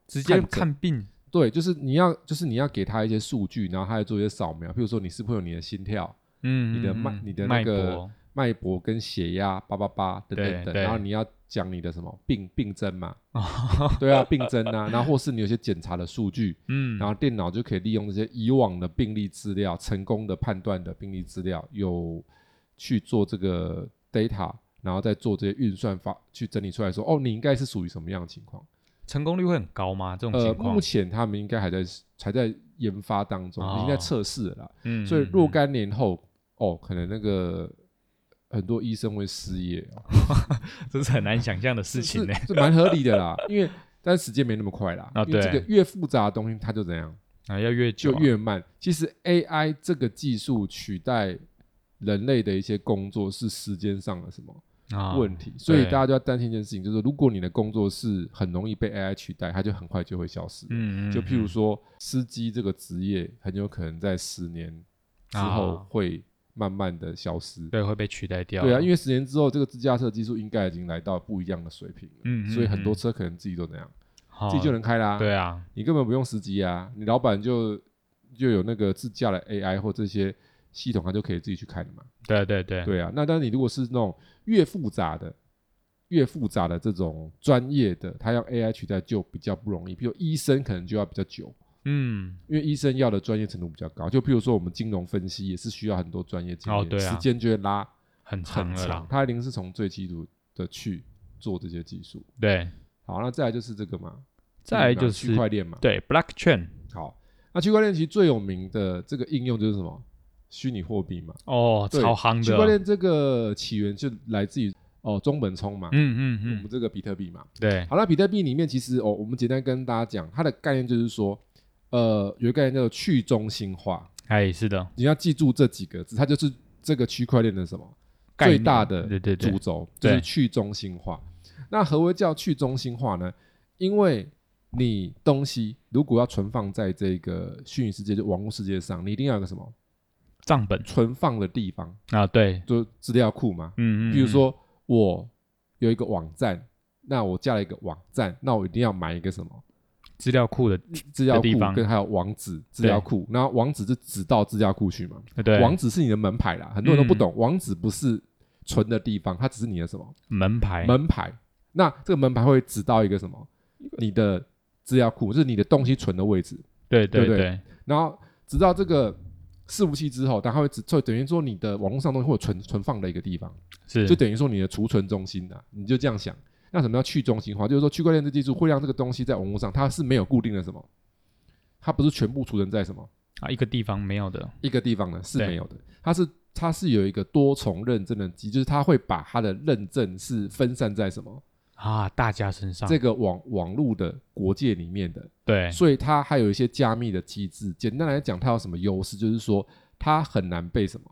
Speaker 1: 直接
Speaker 2: 看诊
Speaker 1: 看病，
Speaker 2: 对，就是你要，就是你要给他一些数据，然后他来做一些扫描，譬如说你是不是有你的心跳、
Speaker 1: 嗯，
Speaker 2: 你的
Speaker 1: 嗯
Speaker 2: 脉
Speaker 1: 嗯
Speaker 2: 你的那
Speaker 1: 脉
Speaker 2: 个
Speaker 1: 搏
Speaker 2: 脉搏跟血压八八八等
Speaker 1: 对
Speaker 2: 等等，
Speaker 1: 对
Speaker 2: 然后你要讲你的什么病病症嘛，
Speaker 1: 哦，
Speaker 2: 对啊，病症啊，然后或是你有些检查的数据，
Speaker 1: 嗯，
Speaker 2: 然后电脑就可以利用这些以往的病例资料、成功的判断的病例资料，有去做这个 data，然后再做这些运算法，去整理出来说，哦，你应该是属于什么样的情况？
Speaker 1: 成功率会很高吗？这种
Speaker 2: 呃，
Speaker 1: 情况，
Speaker 2: 目前他们应该还在还在研发当中，
Speaker 1: 哦
Speaker 2: 已经在测试了啦。
Speaker 1: 嗯，
Speaker 2: 所以
Speaker 1: 嗯
Speaker 2: 若
Speaker 1: 嗯
Speaker 2: 干年后，哦，可能那个很多医生会失业哦，
Speaker 1: 这是很难想象的事情呢。
Speaker 2: 这蛮合理的啦，因为但时间没那么快啦。
Speaker 1: 啊
Speaker 2: 因为这
Speaker 1: 对
Speaker 2: 个越复杂的东西，它就怎样。
Speaker 1: 啊，要越久
Speaker 2: 就
Speaker 1: 啊
Speaker 2: 越慢。其实 AI 这个技术取代人类的一些工作是时间上的什么
Speaker 1: 啊
Speaker 2: 问题？所以
Speaker 1: 对
Speaker 2: 大家就要担心一件事情，就是如果你的工作是很容易被 AI 取代，它就很快就会消失。
Speaker 1: 嗯嗯，
Speaker 2: 就譬如
Speaker 1: 嗯
Speaker 2: 说，司机这个职业很有可能在十年之后
Speaker 1: 啊
Speaker 2: 会慢慢的消失。
Speaker 1: 对会被取代掉，
Speaker 2: 对啊，因为十年之后，这个自驾车技术应该已经来到不一样的水平了。
Speaker 1: 嗯嗯
Speaker 2: 所以很多
Speaker 1: 嗯
Speaker 2: 车可能自己都那样，
Speaker 1: 哦
Speaker 2: 自己就能开啦。
Speaker 1: 对啊，
Speaker 2: 你根本不用司机啊，你老板就就有那个自驾的 AI 或这些系统，它就可以自己去开的嘛。
Speaker 1: 对对对，
Speaker 2: 对啊，那当然你如果是那种越复杂的、越复杂的这种专业的，它要 AI 取代就比较不容易。比如医生可能就要比较久，
Speaker 1: 嗯，
Speaker 2: 因为医生要的专业程度比较高。就譬如说我们金融分析也是需要很多专业经验，
Speaker 1: 哦对啊
Speaker 2: 时间就会拉
Speaker 1: 很长
Speaker 2: 很
Speaker 1: 了
Speaker 2: 长
Speaker 1: 啦。，
Speaker 2: 它一定是从最基础的去做这些技术。
Speaker 1: 对，
Speaker 2: 好，那再来就是这个嘛，
Speaker 1: 再来
Speaker 2: 这个
Speaker 1: 就
Speaker 2: 嘛
Speaker 1: 是
Speaker 2: 区块链嘛，
Speaker 1: 对 blockchain
Speaker 2: 好，那区块链其实最有名的这个应用就是什么？虚拟货币嘛。
Speaker 1: 哦，
Speaker 2: 对
Speaker 1: 超夯
Speaker 2: 区块
Speaker 1: 的，
Speaker 2: 链这个起源就来自于哦中本聪嘛，
Speaker 1: 嗯嗯
Speaker 2: 我们
Speaker 1: 嗯，
Speaker 2: 这个比特币嘛。
Speaker 1: 对，
Speaker 2: 好，那比特币里面其实哦，我们简单跟大家讲，它的概念就是说，呃，有一个概念叫做去中心化，
Speaker 1: 哎，是的，
Speaker 2: 你要记住这几个字，它就是这个区块链的什么
Speaker 1: 概
Speaker 2: 最
Speaker 1: 念
Speaker 2: 大的
Speaker 1: 对对对
Speaker 2: 主轴，就是
Speaker 1: 对
Speaker 2: 去中心化。那何为叫去中心化呢？因为你东西如果要存放在这个虚拟世界，就网络世界上，你一定要有个什么
Speaker 1: 账本
Speaker 2: 存放的地方，
Speaker 1: 啊，对，
Speaker 2: 就资料库嘛。
Speaker 1: 嗯嗯，
Speaker 2: 比如
Speaker 1: 嗯，
Speaker 2: 说我有一个网站，那我架了一个网站，那我一定要买一个什么
Speaker 1: 资料库的，
Speaker 2: 资料
Speaker 1: 地
Speaker 2: 库
Speaker 1: 方，
Speaker 2: 跟还有网址资料库。那网址是指到资料库去嘛？
Speaker 1: 对，
Speaker 2: 网址是你的门牌啦，很多人都不
Speaker 1: 嗯
Speaker 2: 懂，网址不是存的地方，它只是你的什么
Speaker 1: 门牌，
Speaker 2: 门牌。那这个门牌会指到一个什么？你的资料库，就是你的东西存的位置。
Speaker 1: 对
Speaker 2: 对对
Speaker 1: 对，
Speaker 2: 然后直到这个伺服器之后，它会只就等于说你的网络上东西会有存存放的一个地方，
Speaker 1: 是，
Speaker 2: 就等于说你的储存中心啊，你就这样想。那什么叫去中心化？就是说区块链的技术会让这个东西在网络上，它是没有固定的什么，它不是全部储存在什么
Speaker 1: 啊，一个地方没有的，
Speaker 2: 一个地方的，是
Speaker 1: 对
Speaker 2: 没有的。它是它是有一个多重认证的机制，就是它会把它的认证是分散在什么
Speaker 1: 啊，哎大家身上，
Speaker 2: 这个网网络的国界里面的。
Speaker 1: 对，
Speaker 2: 所以它还有一些加密的机制。简单来讲，它有什么优势？就是说它很难被什么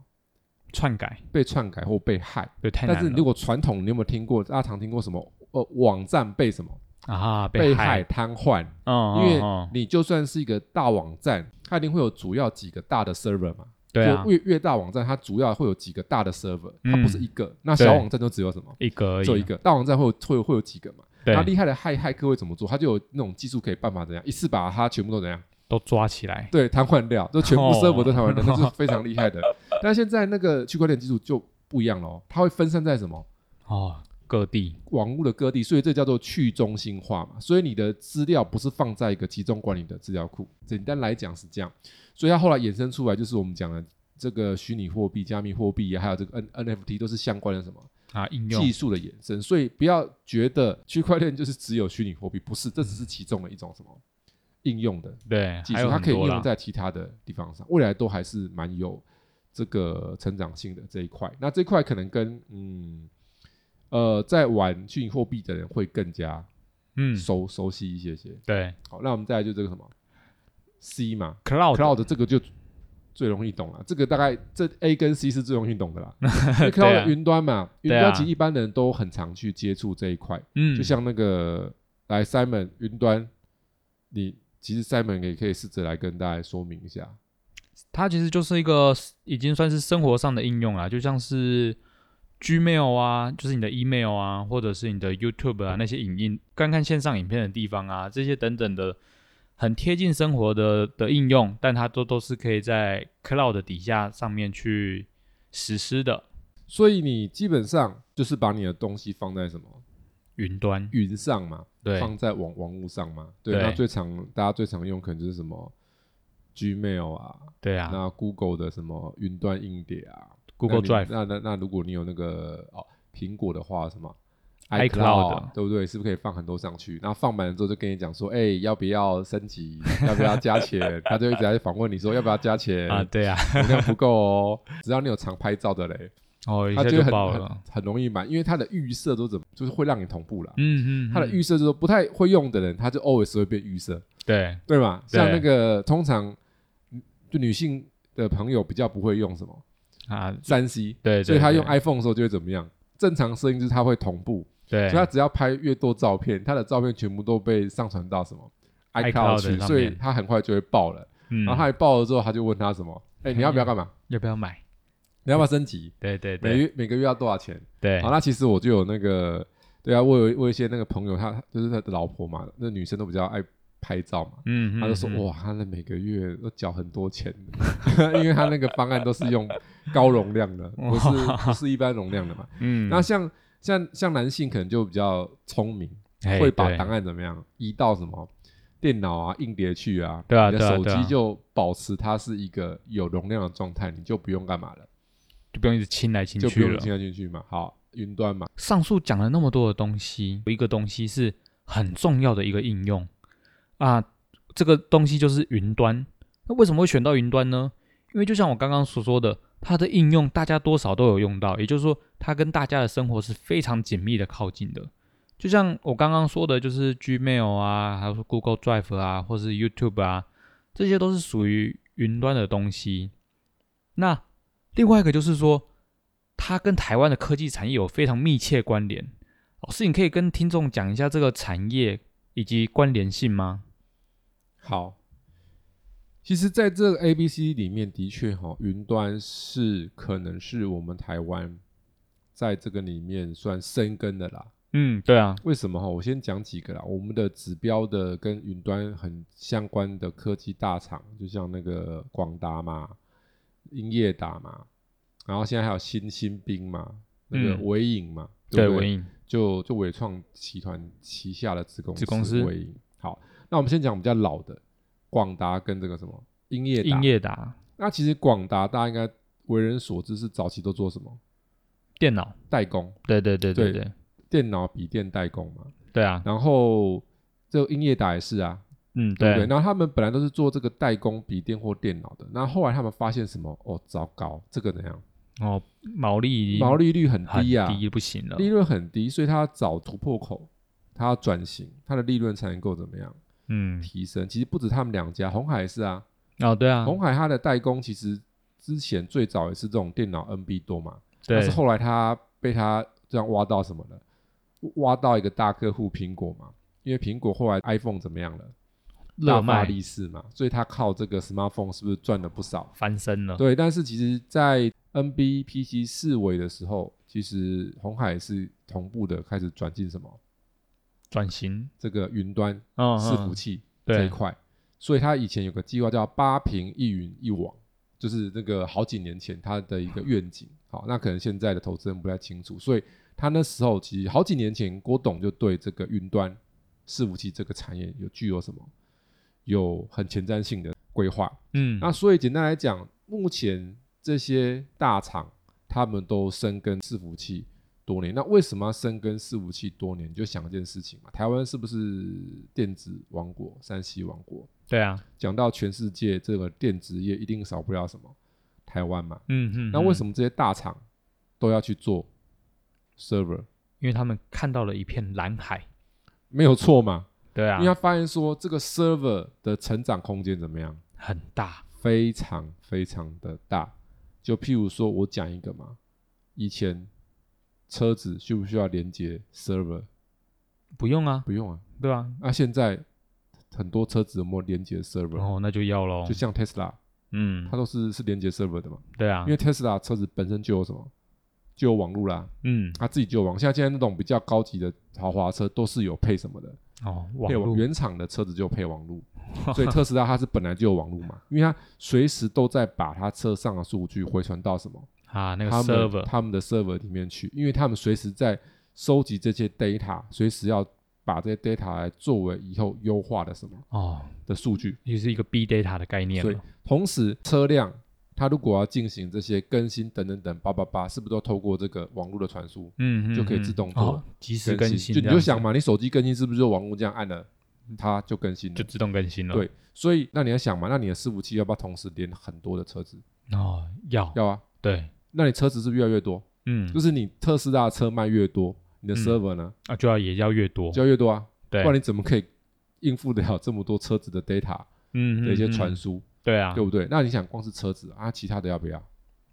Speaker 1: 篡改，
Speaker 2: 被篡改或被害。
Speaker 1: 对，太
Speaker 2: 但
Speaker 1: 难
Speaker 2: 是
Speaker 1: 了
Speaker 2: 如果传统，你有没有听过？大家常听过什么？呃，网站被什么
Speaker 1: 啊，
Speaker 2: 被害
Speaker 1: 害，
Speaker 2: 瘫痪？
Speaker 1: 嗯，
Speaker 2: 因为
Speaker 1: 嗯嗯
Speaker 2: 你就算是一个大网站，它一定会有主要几个大的 server 嘛。
Speaker 1: 对啊
Speaker 2: 就，越越大网站，它主要会有几个大的 server，
Speaker 1: 嗯
Speaker 2: 它不是一个。那
Speaker 1: 对
Speaker 2: 小网站就只有什么？
Speaker 1: 一格而已
Speaker 2: 只有一个。大网站会有会有会有几个嘛？
Speaker 1: 对
Speaker 2: 那，厉害的骇骇客会怎么做？他就有那种技术可以办法怎样一次把它全部都怎样
Speaker 1: 都抓起来，
Speaker 2: 对，瘫痪掉，就全部
Speaker 1: 哦
Speaker 2: server 都瘫痪掉，那是非常厉害的。但现在那个区块链技术就不一样了哦，它会分散在什么
Speaker 1: 哦，各地，
Speaker 2: 网络的各地，所以这叫做去中心化嘛。所以你的资料不是放在一个集中管理的资料库，简单来讲是这样。所以它后来衍生出来就是我们讲的这个虚拟货币、加密货币啊，还有这个 N NFT 都是相关的什么
Speaker 1: 啊，应用
Speaker 2: 技术的衍生，所以不要觉得区块链就是只有虚拟货币，不是，这只是其中的一种什么应用的
Speaker 1: 对，
Speaker 2: 技
Speaker 1: 还
Speaker 2: 术，
Speaker 1: 有
Speaker 2: 它
Speaker 1: 很
Speaker 2: 可以应
Speaker 1: 多啦
Speaker 2: 用在其他的地方上，未来都还是蛮有这个成长性的这一块。那这一块可能跟嗯呃，在玩虚拟货币的人会更加
Speaker 1: 嗯，
Speaker 2: 熟、熟悉一些些。
Speaker 1: 对
Speaker 2: 好，那我们再来就这个什么 C 嘛
Speaker 1: ，cloud
Speaker 2: ，Cloud 这个就最容易懂了，这个大概这 A 跟 C 是最容易懂 的啦。因为
Speaker 1: 对啊
Speaker 2: Cloud 云端嘛，云
Speaker 1: 对啊
Speaker 2: 端其实一般人都很常去接触这一块。
Speaker 1: 嗯，
Speaker 2: 就像那个来 Simon 云端，你其实 Simon 也可以试着来跟大家说明一下。
Speaker 1: 它其实就是一个已经算是生活上的应用啦，就像是 Gmail 啊，就是你的 email 啊，或者是你的 YouTube 啊那些影音，观看线上影片的地方啊，这些等等的，很贴近生活的的应用，但它都都是可以在 Cloud 底下上面去实施的
Speaker 2: 所以你基本上就是把你的东西放在什么
Speaker 1: 云端。
Speaker 2: 云上嘛，
Speaker 1: 对
Speaker 2: 放在网网络上嘛。对，
Speaker 1: 对
Speaker 2: 那最常大家最常用可能就是什么 Gmail 啊，
Speaker 1: 对啊
Speaker 2: 那 Google 的什么云端硬碟啊
Speaker 1: ，Google
Speaker 2: 那
Speaker 1: Drive
Speaker 2: 你那那那如果你有那个哦苹果的话，什么
Speaker 1: iCloud
Speaker 2: 啊对不对？是不是可以放很多上去？然后放满了之后就跟你讲说，哎、要不要升级？ 要不要加钱？他就一直在访问你说要不要加钱？
Speaker 1: 啊，对啊，
Speaker 2: 容量不够哦。只要你有常拍照的嘞，
Speaker 1: 哦，一
Speaker 2: 他
Speaker 1: 下
Speaker 2: 就
Speaker 1: 就
Speaker 2: 很
Speaker 1: 爆
Speaker 2: 很
Speaker 1: 了。
Speaker 2: 很容易买，因为它的预设都怎么就是会让你同步啦。
Speaker 1: 嗯嗯，
Speaker 2: 它的
Speaker 1: 嗯
Speaker 2: 预设就是说不太会用的人，他就 always 会变预设。
Speaker 1: 对
Speaker 2: 对嘛？像
Speaker 1: 对
Speaker 2: 那个通常嗯就女性的朋友比较不会用什么
Speaker 1: 啊，
Speaker 2: 三 C，
Speaker 1: 对，
Speaker 2: 所以她用
Speaker 1: 对
Speaker 2: iPhone 的时候就会怎么样？正常摄影就是它会同步，
Speaker 1: 对，
Speaker 2: 所以她只要拍越多照片，她的照片全部都被上传到什么
Speaker 1: iCloud
Speaker 2: 去，
Speaker 1: 上
Speaker 2: 所以
Speaker 1: 面
Speaker 2: 她很快就会爆了。
Speaker 1: 嗯
Speaker 2: 然后她一爆了之后，她就问她什么？哎，你要不要干嘛？
Speaker 1: 要不要买？
Speaker 2: 你要不要升级？
Speaker 1: 对对
Speaker 2: 每
Speaker 1: 对
Speaker 2: 月每个月要多少钱？
Speaker 1: 对
Speaker 2: 好，，那其实我就有那个，对啊，我有我有一些那个朋友，他就是他的老婆嘛，那女生都比较爱拍照嘛，
Speaker 1: 嗯，
Speaker 2: 他就说
Speaker 1: 嗯嗯
Speaker 2: 哇，他那每个月都缴很多钱， 因为他那个方案都是用高容 量的，不是不是一般容量的嘛。
Speaker 1: 嗯，
Speaker 2: 那像像像男性可能就比较聪明，
Speaker 1: 嘿
Speaker 2: 会把
Speaker 1: 哎对
Speaker 2: 档案怎么样移到什么电脑啊、硬碟去啊。
Speaker 1: 对啊
Speaker 2: 你
Speaker 1: 对
Speaker 2: 的
Speaker 1: 啊
Speaker 2: 手
Speaker 1: 对啊
Speaker 2: 机就保持它是一个有容量的状态，你就不用干嘛了，
Speaker 1: 就不用一直亲来亲
Speaker 2: 就不
Speaker 1: 去
Speaker 2: 用
Speaker 1: 了。
Speaker 2: 现在进去嘛。好，云端嘛，
Speaker 1: 上述讲了那么多的东西，有一个东西是很重要的一个应用啊，这个东西就是云端。那为什么会选到云端呢？因为就像我刚刚所说的，它的应用大家多少都有用到，也就是说，它跟大家的生活是非常紧密的靠近的。就像我刚刚说的，就是 Gmail 啊，还有 Google Drive 啊，或是 YouTube 啊，这些都是属于云端的东西。那另外一个就是说，它跟台湾的科技产业有非常密切关联。老师，你可以跟听众讲一下这个产业以及关联性吗？
Speaker 2: 好，其实在这个 A、B、C 里面，的确哈、云端是可能是我们台湾在这个里面算深耕的啦。
Speaker 1: 嗯，对啊，
Speaker 2: 为什么哈、我先讲几个啦。我们的指标的跟云端很相关的科技大厂，就像那个广达嘛、英业达嘛，然后现在还有新新兵嘛，那个
Speaker 1: 嗯
Speaker 2: 微影嘛，
Speaker 1: 对，
Speaker 2: 不对
Speaker 1: 文颖，
Speaker 2: 就就伟创集团旗下的子公
Speaker 1: 子公司
Speaker 2: 微影。好，那我们先讲比较老的广达跟这个什么英业达
Speaker 1: 英。业达、
Speaker 2: 那其实广达大家应该为人所知是早期都做什么
Speaker 1: 电脑，
Speaker 2: 代工，
Speaker 1: 对对对
Speaker 2: 对
Speaker 1: 对
Speaker 2: 电脑笔电代工嘛。
Speaker 1: 对啊，
Speaker 2: 然后这个英业达也是啊，
Speaker 1: 嗯，
Speaker 2: 对不对？
Speaker 1: 对，
Speaker 2: 然后他们本来都是做这个代工笔电或电脑的，那后来他们发现什么？哦，糟糕，这个怎样？
Speaker 1: 哦，毛利
Speaker 2: 毛利率很
Speaker 1: 很
Speaker 2: 低啊，
Speaker 1: 低不行了，
Speaker 2: 利润很低，所以他找突破口，他要转型，他的利润才能够怎么样？
Speaker 1: 嗯，
Speaker 2: 提升。其实不止他们两家，红海也是啊，
Speaker 1: 哦，对啊，
Speaker 2: 红海它的代工其实之前最早也是这种电脑 NB 多嘛，但
Speaker 1: 对
Speaker 2: 是，后来它被它这样挖到什么了？挖到一个大客户苹果嘛，因为苹果后来 iPhone 怎么样了？
Speaker 1: 热
Speaker 2: 大发
Speaker 1: 卖
Speaker 2: 利市嘛，所以它靠这个 smartphone 是不是赚了不少？
Speaker 1: 翻身了，
Speaker 2: 对，但是其实，在 NB PC 四维的时候，其实红海是同步的开始转进什么
Speaker 1: 转型，
Speaker 2: 这个云端
Speaker 1: 嗯，
Speaker 2: 伺服
Speaker 1: 嗯
Speaker 2: 器
Speaker 1: 对
Speaker 2: 这一块，所以他以前有个计划叫八平一云一网，就是那个好几年前他的一个愿景。好，那可能现在的投资人不太清楚，所以他那时候其实好几年前，郭董就对这个云端伺服器这个产业有具有什么有很前瞻性的规划。
Speaker 1: 嗯，
Speaker 2: 那所以简单来讲，目前这些大厂他们都深耕伺服器多年。那为什么要深耕伺服器多年？你就想一件事情嘛，台湾是不是电子王国、山西王国？
Speaker 1: 对啊，
Speaker 2: 讲到全世界这个电子业，一定少不了什么台湾嘛。
Speaker 1: 嗯嗯，
Speaker 2: 那为
Speaker 1: 么？
Speaker 2: 什么这些大厂都要去做 server？
Speaker 1: 因为他们看到了一片蓝海。
Speaker 2: 没有错嘛，
Speaker 1: 对啊
Speaker 2: 因为，他发现说这个 server 的成长空间怎么样？
Speaker 1: 很大。
Speaker 2: 非常非常的大。就譬如说我讲一个嘛，以前车子需不需要连接 server？
Speaker 1: 不用啊，
Speaker 2: 不用啊。
Speaker 1: 对啊。
Speaker 2: 那、现在很多车子有没有连接 server？、
Speaker 1: 哦，那就要喽
Speaker 2: 就。像 Tesla，
Speaker 1: 嗯
Speaker 2: 它，都是是连接 server 的嘛，
Speaker 1: 对啊
Speaker 2: 因，为 Tesla 车子本身就有什么，就有网路啦，
Speaker 1: 嗯，
Speaker 2: 它自己就有网。像现在那种比较高级的豪华车都是有配什么的，
Speaker 1: 哦，网
Speaker 2: 配
Speaker 1: 络
Speaker 2: 原厂的车子就配 网路，所以特斯拉它是本来就有网路嘛，因为它随时都在把它车上的数据回传到什么
Speaker 1: 啊，那个
Speaker 2: 他们
Speaker 1: server，
Speaker 2: 他们的 server 里面去，因为他们随时在收集这些 data，随时要把这些 data 来作为以后优化的什么
Speaker 1: 哦，
Speaker 2: 的数据，
Speaker 1: 也是一个 B data 的概念
Speaker 2: 所以
Speaker 1: 了。
Speaker 2: 同时车辆。它如果要进行这些更新等等等，叭叭叭，是不是都透过这个网络的传输
Speaker 1: 嗯，嗯
Speaker 2: 就可以
Speaker 1: 嗯
Speaker 2: 自动做
Speaker 1: 哦，及时更新
Speaker 2: 就
Speaker 1: 这样子，
Speaker 2: 你就想嘛，你手机更新是不是就网络这样按了，它就更新了
Speaker 1: 就？自动更新了。
Speaker 2: 对，所以那你要想嘛，那你的伺服器要不要同时连很多的车子？
Speaker 1: 哦，要
Speaker 2: 要啊，
Speaker 1: 对，
Speaker 2: 那你车子是不是越来越多？
Speaker 1: 嗯
Speaker 2: 就是你特斯拉的车卖越多，你的
Speaker 1: 嗯
Speaker 2: server 呢、
Speaker 1: 啊，就要也要越多，
Speaker 2: 就要越多啊，
Speaker 1: 对
Speaker 2: 不，然你怎么可以应付得了这么多车子的 data
Speaker 1: 嗯
Speaker 2: 的一些传
Speaker 1: 嗯
Speaker 2: 输，
Speaker 1: 对啊
Speaker 2: 对，不对？那你想光是车子啊，其他的要不要？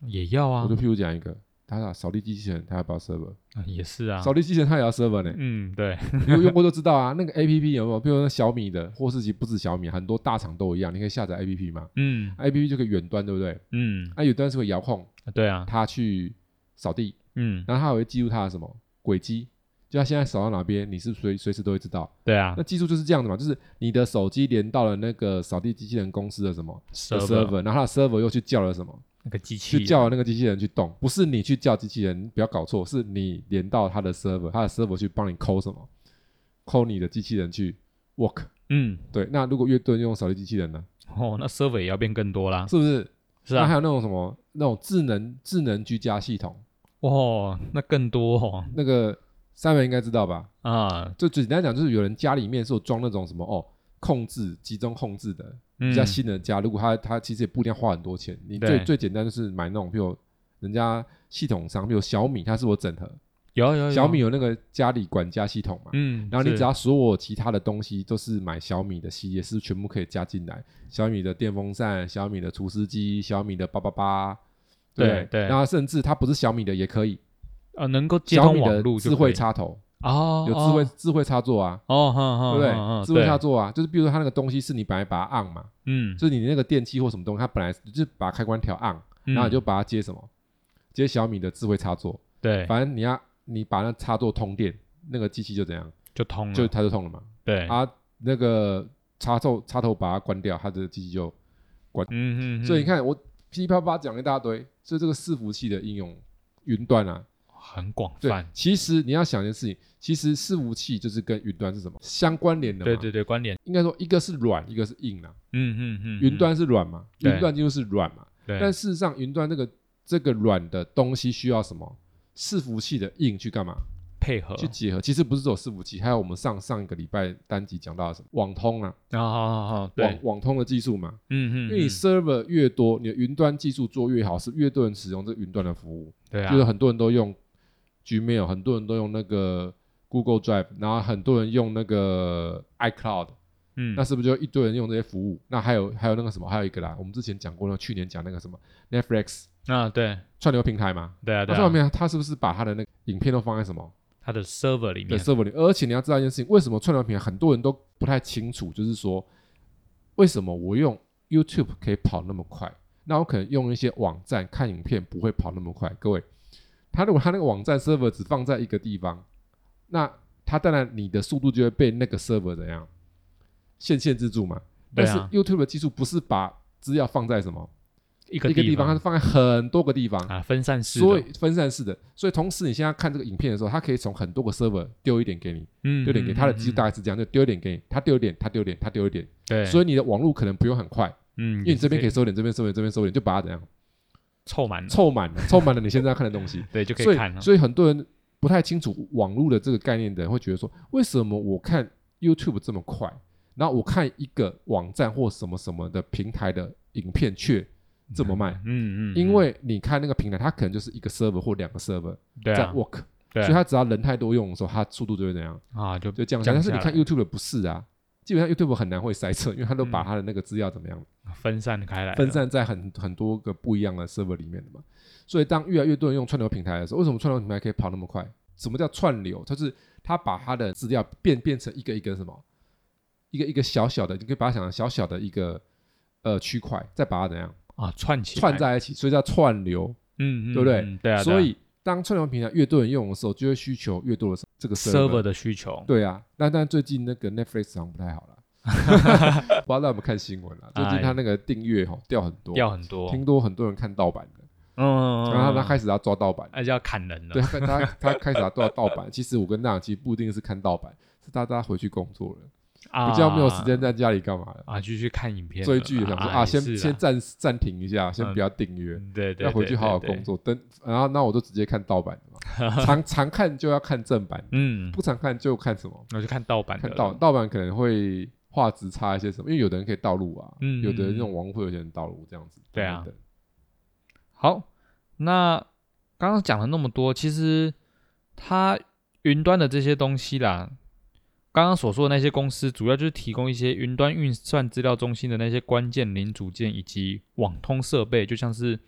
Speaker 1: 也要啊
Speaker 2: 我就，譬如讲一个，它的扫地机器人，它要不要 server？、
Speaker 1: 啊也是啊，
Speaker 2: 扫地机器人它也要 server 呢、
Speaker 1: 嗯，对，
Speaker 2: 你有用过就知道啊。那个 A P P 有没有？比如说小米的，或是其实不止小米，很多大厂都一样，你可以下载 A P P 嘛
Speaker 1: 嗯
Speaker 2: ，A P P 就可以远端，对不对？
Speaker 1: 嗯，
Speaker 2: 那、远端是会遥控，
Speaker 1: 对啊，
Speaker 2: 它去扫地，
Speaker 1: 嗯，
Speaker 2: 然后它还会记录它的什么轨迹，就它现在扫到哪边，你是随随时都会知道。
Speaker 1: 对啊
Speaker 2: 那技术就是这样的嘛，就是你的手机连到了那个扫地机器人公司的什么的
Speaker 1: ，server
Speaker 2: server，然后它的 server 又去叫了什么，
Speaker 1: 那个机器
Speaker 2: 去叫了那个机器人去动，不是你去叫机器人，你不要搞错，是你连到它的 server，它的 server 去帮你抠什么，抠你的机器人去 work。
Speaker 1: 嗯，
Speaker 2: 对，那如果越多人用扫地机器人呢，
Speaker 1: 哦，那 server 也要变更多啦，
Speaker 2: 是不是？
Speaker 1: 是
Speaker 2: 那
Speaker 1: 啊，
Speaker 2: 还有那种什么那种智能智能居家系统，
Speaker 1: 哦，那更多哦
Speaker 2: 那个三维应该知道吧？
Speaker 1: 啊，
Speaker 2: 就简单讲，就是有人家里面是有装那种什么哦，控制集中控制的，比
Speaker 1: 比
Speaker 2: 较新的家，如果他他其实也不一定要花很多钱，你
Speaker 1: 嗯对
Speaker 2: 最最简单就是买那种，譬如人家系统商，譬如小米，它是我整合，
Speaker 1: 有有有
Speaker 2: 小米，有那个家里管家系统嘛，
Speaker 1: 哎嗯，
Speaker 2: 然后你
Speaker 1: 是
Speaker 2: 只要所有其他的东西都是买小米的系列，是全部可以加进来，小米的电风扇、小米的除湿机、小米的八八八，不
Speaker 1: 对对
Speaker 2: 然后甚至它不是小米的也可以，
Speaker 1: 呃能够接
Speaker 2: 小
Speaker 1: 通
Speaker 2: 米
Speaker 1: 网
Speaker 2: 的
Speaker 1: 络就
Speaker 2: 智
Speaker 1: 可以
Speaker 2: 慧插头，
Speaker 1: 哦，
Speaker 2: 有智慧智慧插座啊。
Speaker 1: 哦，哼哼，
Speaker 2: 对不对？
Speaker 1: 哼
Speaker 2: 智慧插，座啊，就是比如说它那个东西是你本来把它 on 嘛，
Speaker 1: 嗯，
Speaker 2: 就是你那个电器或什么东西，它本来就是把开关调 on，
Speaker 1: 嗯
Speaker 2: 然后你就把它接什么？接小米的智慧插座，
Speaker 1: 对，
Speaker 2: 反正你要你把那插座通电，那个机器就怎样，
Speaker 1: 就通了，
Speaker 2: 就它就通了嘛。
Speaker 1: 嗯对，
Speaker 2: 啊，那个插座插头把它关掉，它的机器就。
Speaker 1: 嗯嗯，
Speaker 2: 所以你
Speaker 1: 看
Speaker 2: 看，我噼里啪啦讲了一大堆，所以这个伺服器的应用，云端啊，
Speaker 1: 很广
Speaker 2: 对
Speaker 1: 泛，，
Speaker 2: 其实你要想一件事情，其实伺服器就是跟云端是什么相关联的嘛。
Speaker 1: 对对对，关联，
Speaker 2: 应该说一个是软，一个是硬啊。
Speaker 1: 嗯嗯嗯，
Speaker 2: 云端是软嘛，
Speaker 1: 对
Speaker 2: 云端就是软嘛。
Speaker 1: 对，
Speaker 2: 但事实上，云端这个这个软的东西需要什么？伺服器的硬去干嘛？
Speaker 1: 配合
Speaker 2: 去结合。其实不是只有伺服器，还有我们上上一个礼拜单集讲到的什么网通啊，
Speaker 1: 啊，好好好，
Speaker 2: 网
Speaker 1: 对，
Speaker 2: 网通的技术嘛。
Speaker 1: 嗯嗯，
Speaker 2: 因为你
Speaker 1: 嗯
Speaker 2: server 越多，你的云端技术做越好，是越多人使用这个云端的服务。
Speaker 1: 对啊
Speaker 2: 就是，很多人都用 Gmail，很多人都用那个 Google Drive，然后很多人用那个 iCloud，
Speaker 1: 嗯，
Speaker 2: 那是不是就一堆人用这些服务？那还有还有那个什么，还有一个啦，我们之前讲过那个去年讲那个什么 Netflix
Speaker 1: 啊对
Speaker 2: 串流平台嘛，
Speaker 1: 对啊
Speaker 2: 那
Speaker 1: 对
Speaker 2: 上
Speaker 1: 啊，
Speaker 2: 面它是不是把它的那个影片都放在什么
Speaker 1: 它的 server 里
Speaker 2: 的
Speaker 1: 面，
Speaker 2: server 里？而且你要知道一件事情，为什么串流平台很多人都不太清楚，就是说为什么我用 YouTube 可以跑那么快，那我可能用一些网站看影片不会跑那么快。各位，他如果他那个网站 server 只放在一个地方，那他当然你的速度就会被那个 server 怎样限限制住嘛。
Speaker 1: 对
Speaker 2: 但是
Speaker 1: 啊，
Speaker 2: YouTube 的技术不是把资料放在什么
Speaker 1: 一
Speaker 2: 一个地方，它
Speaker 1: 方
Speaker 2: 是放在很多个地方，
Speaker 1: 啊，分散式的，
Speaker 2: 所以分散式的。所以同时你现在看这个影片的时候，它可以从很多个 server 丢一点给你，
Speaker 1: 嗯，
Speaker 2: 丢一点给
Speaker 1: 嗯
Speaker 2: 你它的技术，大概是这样，就丢一点给你，它丢一点，它丢一点，它丢一点。
Speaker 1: 对，
Speaker 2: 所
Speaker 1: 以
Speaker 2: 以你的网络可能不用很快，
Speaker 1: 嗯，
Speaker 2: 因为你这边可以
Speaker 1: 以，
Speaker 2: 收点，这边收点，这边收点，就把它怎样
Speaker 1: 凑满了，
Speaker 2: 凑满了，凑满了你现在要看的东西。
Speaker 1: 对，就可
Speaker 2: 所
Speaker 1: 以
Speaker 2: 以
Speaker 1: 看了。
Speaker 2: 所以很多人不太清楚网络的这个概念的人会觉得说，为什么我看 YouTube 这么快，然后我看一个网站或什么什么的平台的影片却这么慢？
Speaker 1: 嗯嗯，
Speaker 2: 因为你看那个平台，它可能就是一个 server 或两个 server
Speaker 1: 嗯对
Speaker 2: 在
Speaker 1: 啊，
Speaker 2: work，、
Speaker 1: 对
Speaker 2: 所以它只要人太多用的时候，它速度就会怎样，
Speaker 1: 啊就
Speaker 2: 就降下
Speaker 1: 降
Speaker 2: 来。但是你
Speaker 1: 下
Speaker 2: 看
Speaker 1: 来
Speaker 2: YouTube 的不是啊，基本上 YouTube 很难会塞车，因为它都
Speaker 1: 嗯
Speaker 2: 把
Speaker 1: 哎
Speaker 2: 它的那个资料怎么样、
Speaker 1: 分散开来了，
Speaker 2: 分散在很很多个不一样的 server 里面的嘛。所以当越来越多人用串流平台的时候，为什么串流平台可以跑那么快？什么叫串流？就是它把它的资料变变成一个一个什么，一个一个小小的，你可以把它想成小小的一个呃区块，再把它怎样
Speaker 1: 啊串起来
Speaker 2: 串，在一起，所以叫串流。
Speaker 1: 嗯，嗯
Speaker 2: 对不对？
Speaker 1: 嗯对啊，
Speaker 2: 所
Speaker 1: 对啊
Speaker 2: 以当串流平台越多人用的时候，就会需求越多的这个
Speaker 1: server 的需求，
Speaker 2: 对啊，那但最近那个 Netflix 好像不太好了， 不知道大家有没有看新闻啊？最近它那个订阅哈掉很多，
Speaker 1: 哎掉很多，
Speaker 2: 听多很多人看盗版的，
Speaker 1: 嗯嗯，嗯
Speaker 2: 然后他
Speaker 1: 嗯
Speaker 2: 开始要抓盗版，
Speaker 1: 那就要砍人了
Speaker 2: 对，他他他开始要抓盗版。其实我跟大家其实不一定是看盗版，是大家回去工作了，
Speaker 1: 啊，
Speaker 2: 比较没有时间在家里干嘛了。
Speaker 1: 啊，继续看影片了，
Speaker 2: 追剧想说啊，先先，
Speaker 1: 也
Speaker 2: 暂暂停一下，先
Speaker 1: 哎嗯
Speaker 2: 不要订阅
Speaker 1: 是，啦对对，
Speaker 2: 要回去
Speaker 1: 对
Speaker 2: 好好
Speaker 1: 对对
Speaker 2: 工作。等然后那我就直接看盗版 的嘛，常常看就要看正版，
Speaker 1: 嗯，
Speaker 2: 不常看就看什么？
Speaker 1: 我就看盗版的
Speaker 2: 看
Speaker 1: 了，
Speaker 2: 盗盗版可能会画质差一些什么，因为有的人可以盗录啊，
Speaker 1: 嗯
Speaker 2: 有的
Speaker 1: 嗯
Speaker 2: 人
Speaker 1: 嗯
Speaker 2: 那种网络会有些人盗录这样子。
Speaker 1: 对啊
Speaker 2: 等等
Speaker 1: 好，那刚刚讲了那么多，其实它云端的这些东西啦，刚刚所说的那些公司，主要就是提供一些云端运算资料中心的那些关键零组件以及网通设备，就像是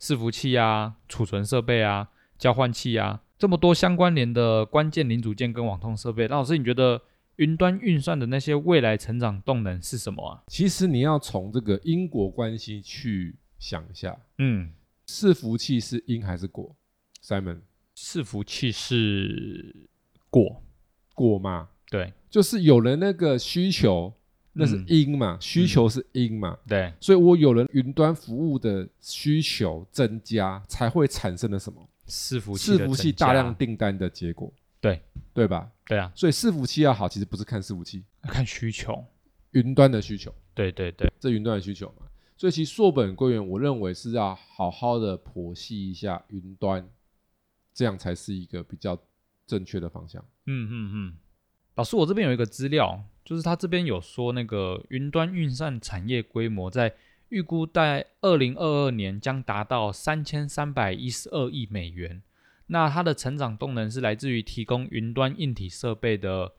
Speaker 1: 伺服器啊、储存设备啊、交换器啊，这么多相关联的关键零组件跟网通设备。那老师，你觉得云端运算的那些未来成长动能是什么啊？
Speaker 2: 其实你要从这个因果关系去想一下，
Speaker 1: 嗯，
Speaker 2: 伺服器是因还是果？Simon，
Speaker 1: 伺服器是果，
Speaker 2: 果嘛，
Speaker 1: 对
Speaker 2: 就是有了那个需求，那是
Speaker 1: 嗯
Speaker 2: 因嘛，需求是因嘛。
Speaker 1: 对。
Speaker 2: 所以我有了云端服务的需求增加，才会产生了什么？
Speaker 1: 伺服器的
Speaker 2: 伺服器
Speaker 1: 增加
Speaker 2: 大量订单的结果，
Speaker 1: 对
Speaker 2: 对吧？
Speaker 1: 对啊，
Speaker 2: 所以伺服器要好，其实不是看伺服器，
Speaker 1: 看需求，
Speaker 2: 云端的需求，
Speaker 1: 对对对，
Speaker 2: 这云端的需求嘛。所以其实硕本归元，我认为是要好好的剖析一下云端，这样才是一个比较正确的方向。
Speaker 1: 嗯嗯嗯。老师，我这边有一个资料，就是他这边有说那个云端运算产业规模在预估在二零二二年将达到三千三百一十二亿美元。那它的成长动能是来自于提供云端硬体设备的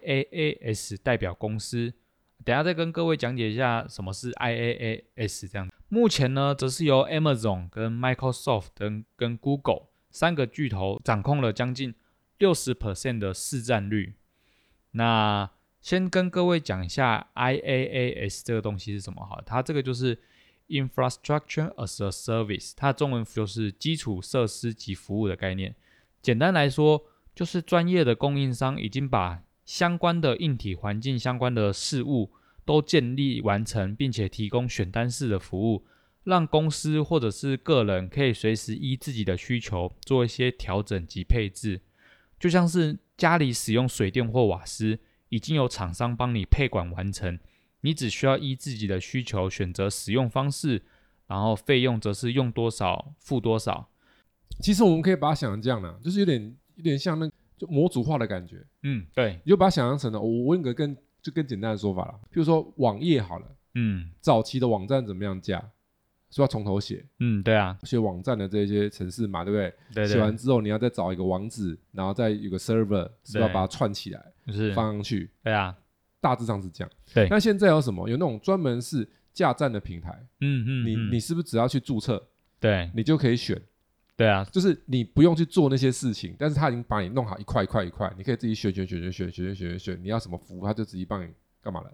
Speaker 1: IaaS 代表公司。等一下再跟各位讲解一下什么是 IaaS 这样。目前呢，则是由 Amazon 跟 Microsoft 跟跟 Google 三个巨头掌控了将近六十 percent 的市占率。那先跟各位讲一下 IaaS 这个东西是什么好了，它这个就是 Infrastructure as a Service，它的中文就是基础设施及服务的概念。简单来说，就是专业的供应商已经把相关的硬体环境相关的事物都建立完成，并且提供选单式的服务，让公司或者是个人可以随时依自己的需求做一些调整及配置。就像是家里使用水电或瓦斯，已经有厂商帮你配管完成，你只需要依自己的需求选择使用方式，然后费用则是用多少付多少。
Speaker 2: 其实我们可以把它想成这样啦、就是有点有点像那就模组化的感觉，
Speaker 1: 嗯，对，
Speaker 2: 你就把它想象成了。我问一个更就更简单的说法啦，譬如说网页好了，
Speaker 1: 嗯
Speaker 2: 早期的网站怎么样架，是要从头写，
Speaker 1: 嗯，对啊，嗯
Speaker 2: 写网站的这些程式嘛，对不对？
Speaker 1: 对啊
Speaker 2: 写完
Speaker 1: 对，
Speaker 2: 之后，你要再找一个网址，然后再有个 server，是不是要
Speaker 1: 对
Speaker 2: 把它串起来
Speaker 1: 就是
Speaker 2: 放上去，
Speaker 1: 对啊，
Speaker 2: 大致上是这样。
Speaker 1: 对
Speaker 2: 那现在有什么？有那种专门是架站的平台，
Speaker 1: 嗯嗯，
Speaker 2: 你
Speaker 1: 嗯
Speaker 2: 你是不是只要去注册，
Speaker 1: 对啊
Speaker 2: 你就可以选？
Speaker 1: 对啊，
Speaker 2: 就是你不用去做那些事情，但是他已经把你弄好一块一块一块，你可以自己选选选选选选选选选，你要什么服务，他就直接帮你干嘛了。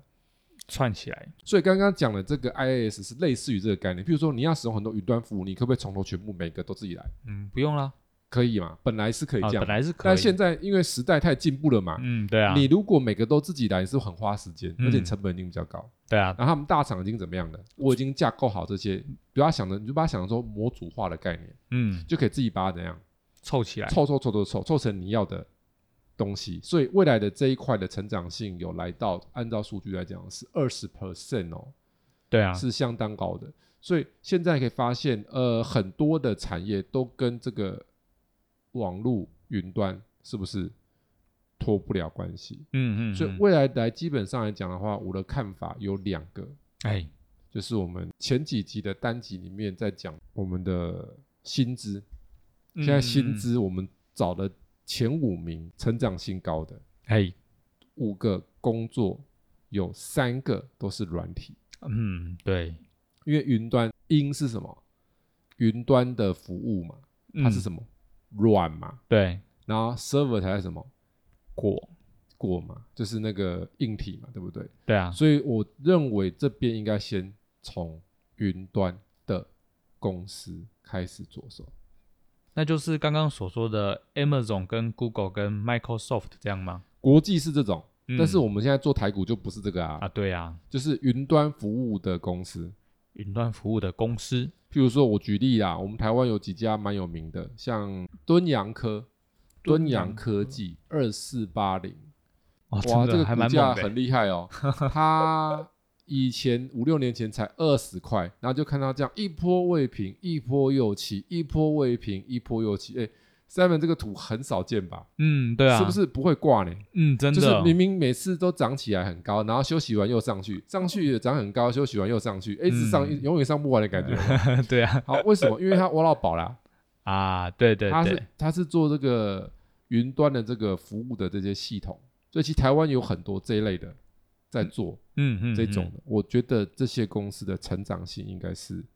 Speaker 1: 串起来，
Speaker 2: 所以刚刚讲的这
Speaker 1: 啊
Speaker 2: 个 IaaS 是类似于这个概念，譬如说你要使用很多云端服务，你可不可以从头全部每个都自己来？
Speaker 1: 嗯，不用啦，
Speaker 2: 可以嘛？本来是可以
Speaker 1: 啊，
Speaker 2: 这样
Speaker 1: 本，来是可以，
Speaker 2: 但现在因为时代太进步了嘛，
Speaker 1: 嗯，对啊，
Speaker 2: 你如果每个都自己来是很花时间，
Speaker 1: 嗯
Speaker 2: 而且成本一定比较高。
Speaker 1: 对啊，
Speaker 2: 然后他们大厂已经怎么样了？我已经架构好这些，不要想着你就把它想成说模组化的概念，
Speaker 1: 嗯，
Speaker 2: 就可以自己把它怎样
Speaker 1: 凑起来，
Speaker 2: 凑凑凑凑凑凑成你要的东西。所以未来的这一块的成长性有来到，按照数据来讲是二十 percent 哦，
Speaker 1: 对啊，
Speaker 2: 是相当高的。所以现在可以发现，呃，很多的产业都跟这个网络云端是不是脱不了关系？
Speaker 1: 嗯嗯，
Speaker 2: 所以
Speaker 1: 嗯
Speaker 2: 未来来基本上来讲的话，我的看法有两个，
Speaker 1: 哎，
Speaker 2: 就是我们前几集的单集里面在讲我们的薪资，
Speaker 1: 嗯
Speaker 2: 现在薪，资我们找了前五名成长性高的
Speaker 1: 嗯嗯哎，
Speaker 2: 五个工作，有三个都是软体，
Speaker 1: 嗯，对，
Speaker 2: 因为云端音是什么？云端的服务嘛，它是
Speaker 1: 么？
Speaker 2: 什么？软嘛，
Speaker 1: 嗯对，
Speaker 2: 然后 server 才是什么
Speaker 1: 果，
Speaker 2: 过嘛，就是那个硬体嘛，对不对？
Speaker 1: 对啊，
Speaker 2: 所以我认为这边应该先从云端的公司开始着手。
Speaker 1: 那就是刚刚所说的 Amazon 跟 Google 跟 Microsoft 这样吗？
Speaker 2: 国际是这种，
Speaker 1: 嗯
Speaker 2: 但是我们现在做台股就不是这个啊，
Speaker 1: 啊，对啊，
Speaker 2: 就是云端服务的公司。
Speaker 1: 云端服务的公司，
Speaker 2: 譬如说，我举例啦，我们台湾有几家蛮有名的，像敦洋科、
Speaker 1: 敦
Speaker 2: 敦洋
Speaker 1: 洋
Speaker 2: 科技二四八零，
Speaker 1: 哇，
Speaker 2: 哇，
Speaker 1: 啊真
Speaker 2: 这
Speaker 1: 的
Speaker 2: 个
Speaker 1: 还
Speaker 2: 股
Speaker 1: 蛮
Speaker 2: 价
Speaker 1: 猛的欸
Speaker 2: 很厉害哦。它以前五六年前才二十块，然后就看它这样一波未平，一波又起，一波未平，一波又起。哎，Seven 这个图很少见吧？
Speaker 1: 嗯，对啊，
Speaker 2: 是不？是不会挂呢？
Speaker 1: 嗯，真
Speaker 2: 就
Speaker 1: 的，
Speaker 2: 是明明每次都涨起来很高，然后休息完又上去，上去也涨很高，休息完又上去，哎，一直上、
Speaker 1: 嗯
Speaker 2: 永远上不完的感觉。
Speaker 1: 对啊，
Speaker 2: 好，为什么？因为它挖到宝啦，
Speaker 1: 啊，对 对
Speaker 2: 它
Speaker 1: 对
Speaker 2: 是，它是做这个云端的这个服务的这些系统，所以其实台湾有很多这一类的在做。
Speaker 1: 嗯嗯，
Speaker 2: 这种
Speaker 1: 嗯
Speaker 2: 的，我觉得这些公司的成长性应该是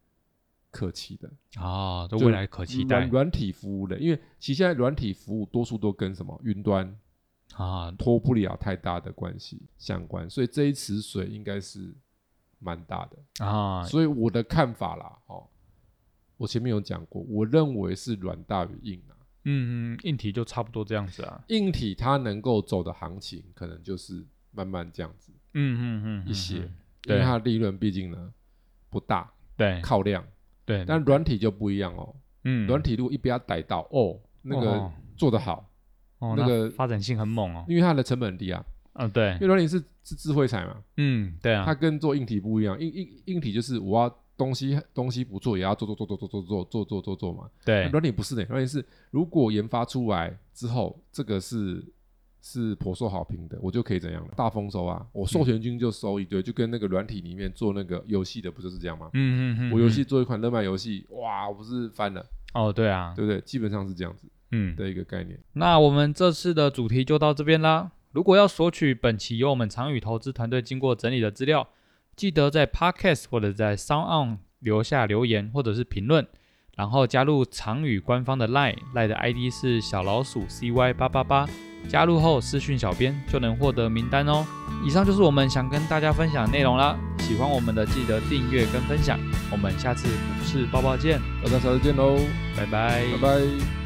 Speaker 2: 可期的，
Speaker 1: 哦，这
Speaker 2: 就
Speaker 1: 未来可期待
Speaker 2: 软软体服务类，因为其实现在软体服务多数都跟什么云端
Speaker 1: 啊，
Speaker 2: 脱不了太大的关系相关，所以这一池水应该是蛮大的。
Speaker 1: 啊，
Speaker 2: 所以我的看法啦，哦，我前面有讲过，我认为是软大于硬啊，
Speaker 1: 嗯嗯，硬体就差不多这样子啊，
Speaker 2: 硬体它能够走的行情，可能就是慢慢这样子，
Speaker 1: 嗯嗯嗯，
Speaker 2: 一些
Speaker 1: 嗯嗯
Speaker 2: 因
Speaker 1: 对
Speaker 2: 为它的利润毕竟呢不大，
Speaker 1: 对
Speaker 2: 靠量。
Speaker 1: 对，
Speaker 2: 但软体就不一样哦，
Speaker 1: 嗯
Speaker 2: 软体如果一被它逮到，哦，那个
Speaker 1: 哦
Speaker 2: 做得好，
Speaker 1: 哦那
Speaker 2: 那个
Speaker 1: 发展性很猛哦，
Speaker 2: 因为它的成本很低啊，
Speaker 1: 嗯对
Speaker 2: 因为，软体是是智慧财嘛，
Speaker 1: 嗯对啊
Speaker 2: 它，跟做硬体不一样，硬硬硬体就是我要东西东西不做也要做做做做做做做做做做嘛，
Speaker 1: 对，
Speaker 2: 软体不是呢，软体是如果研发出来之后，这个是。是颇受好评的，我就可以怎样大丰收啊！我授权金就收一堆，就跟那个软体里面做那个游戏的不就是这样吗？
Speaker 1: 嗯嗯嗯嗯，
Speaker 2: 我游戏
Speaker 1: 嗯
Speaker 2: 做一款热卖游戏，哇，我不是翻了，
Speaker 1: 哦对啊，
Speaker 2: 对不对？基本上是这样子。
Speaker 1: 嗯，
Speaker 2: 的一个概念。
Speaker 1: 那我们这次的主题就到这边啦。如果要索取本期由我们长宇投资团队经过整理的资料，记得在 Podcast 或者在 Sound On 留下留言或者是评论，然后加入长宇官方的 Line，Line 的 ID 是小老鼠 CY 八八八。加入后私讯小编就能获得名单哦。以上就是我们想跟大家分享的内容啦。喜欢我们的记得订阅跟分享。我们下次股市报报见，
Speaker 2: 大家下次见喽，
Speaker 1: 拜拜
Speaker 2: 拜拜。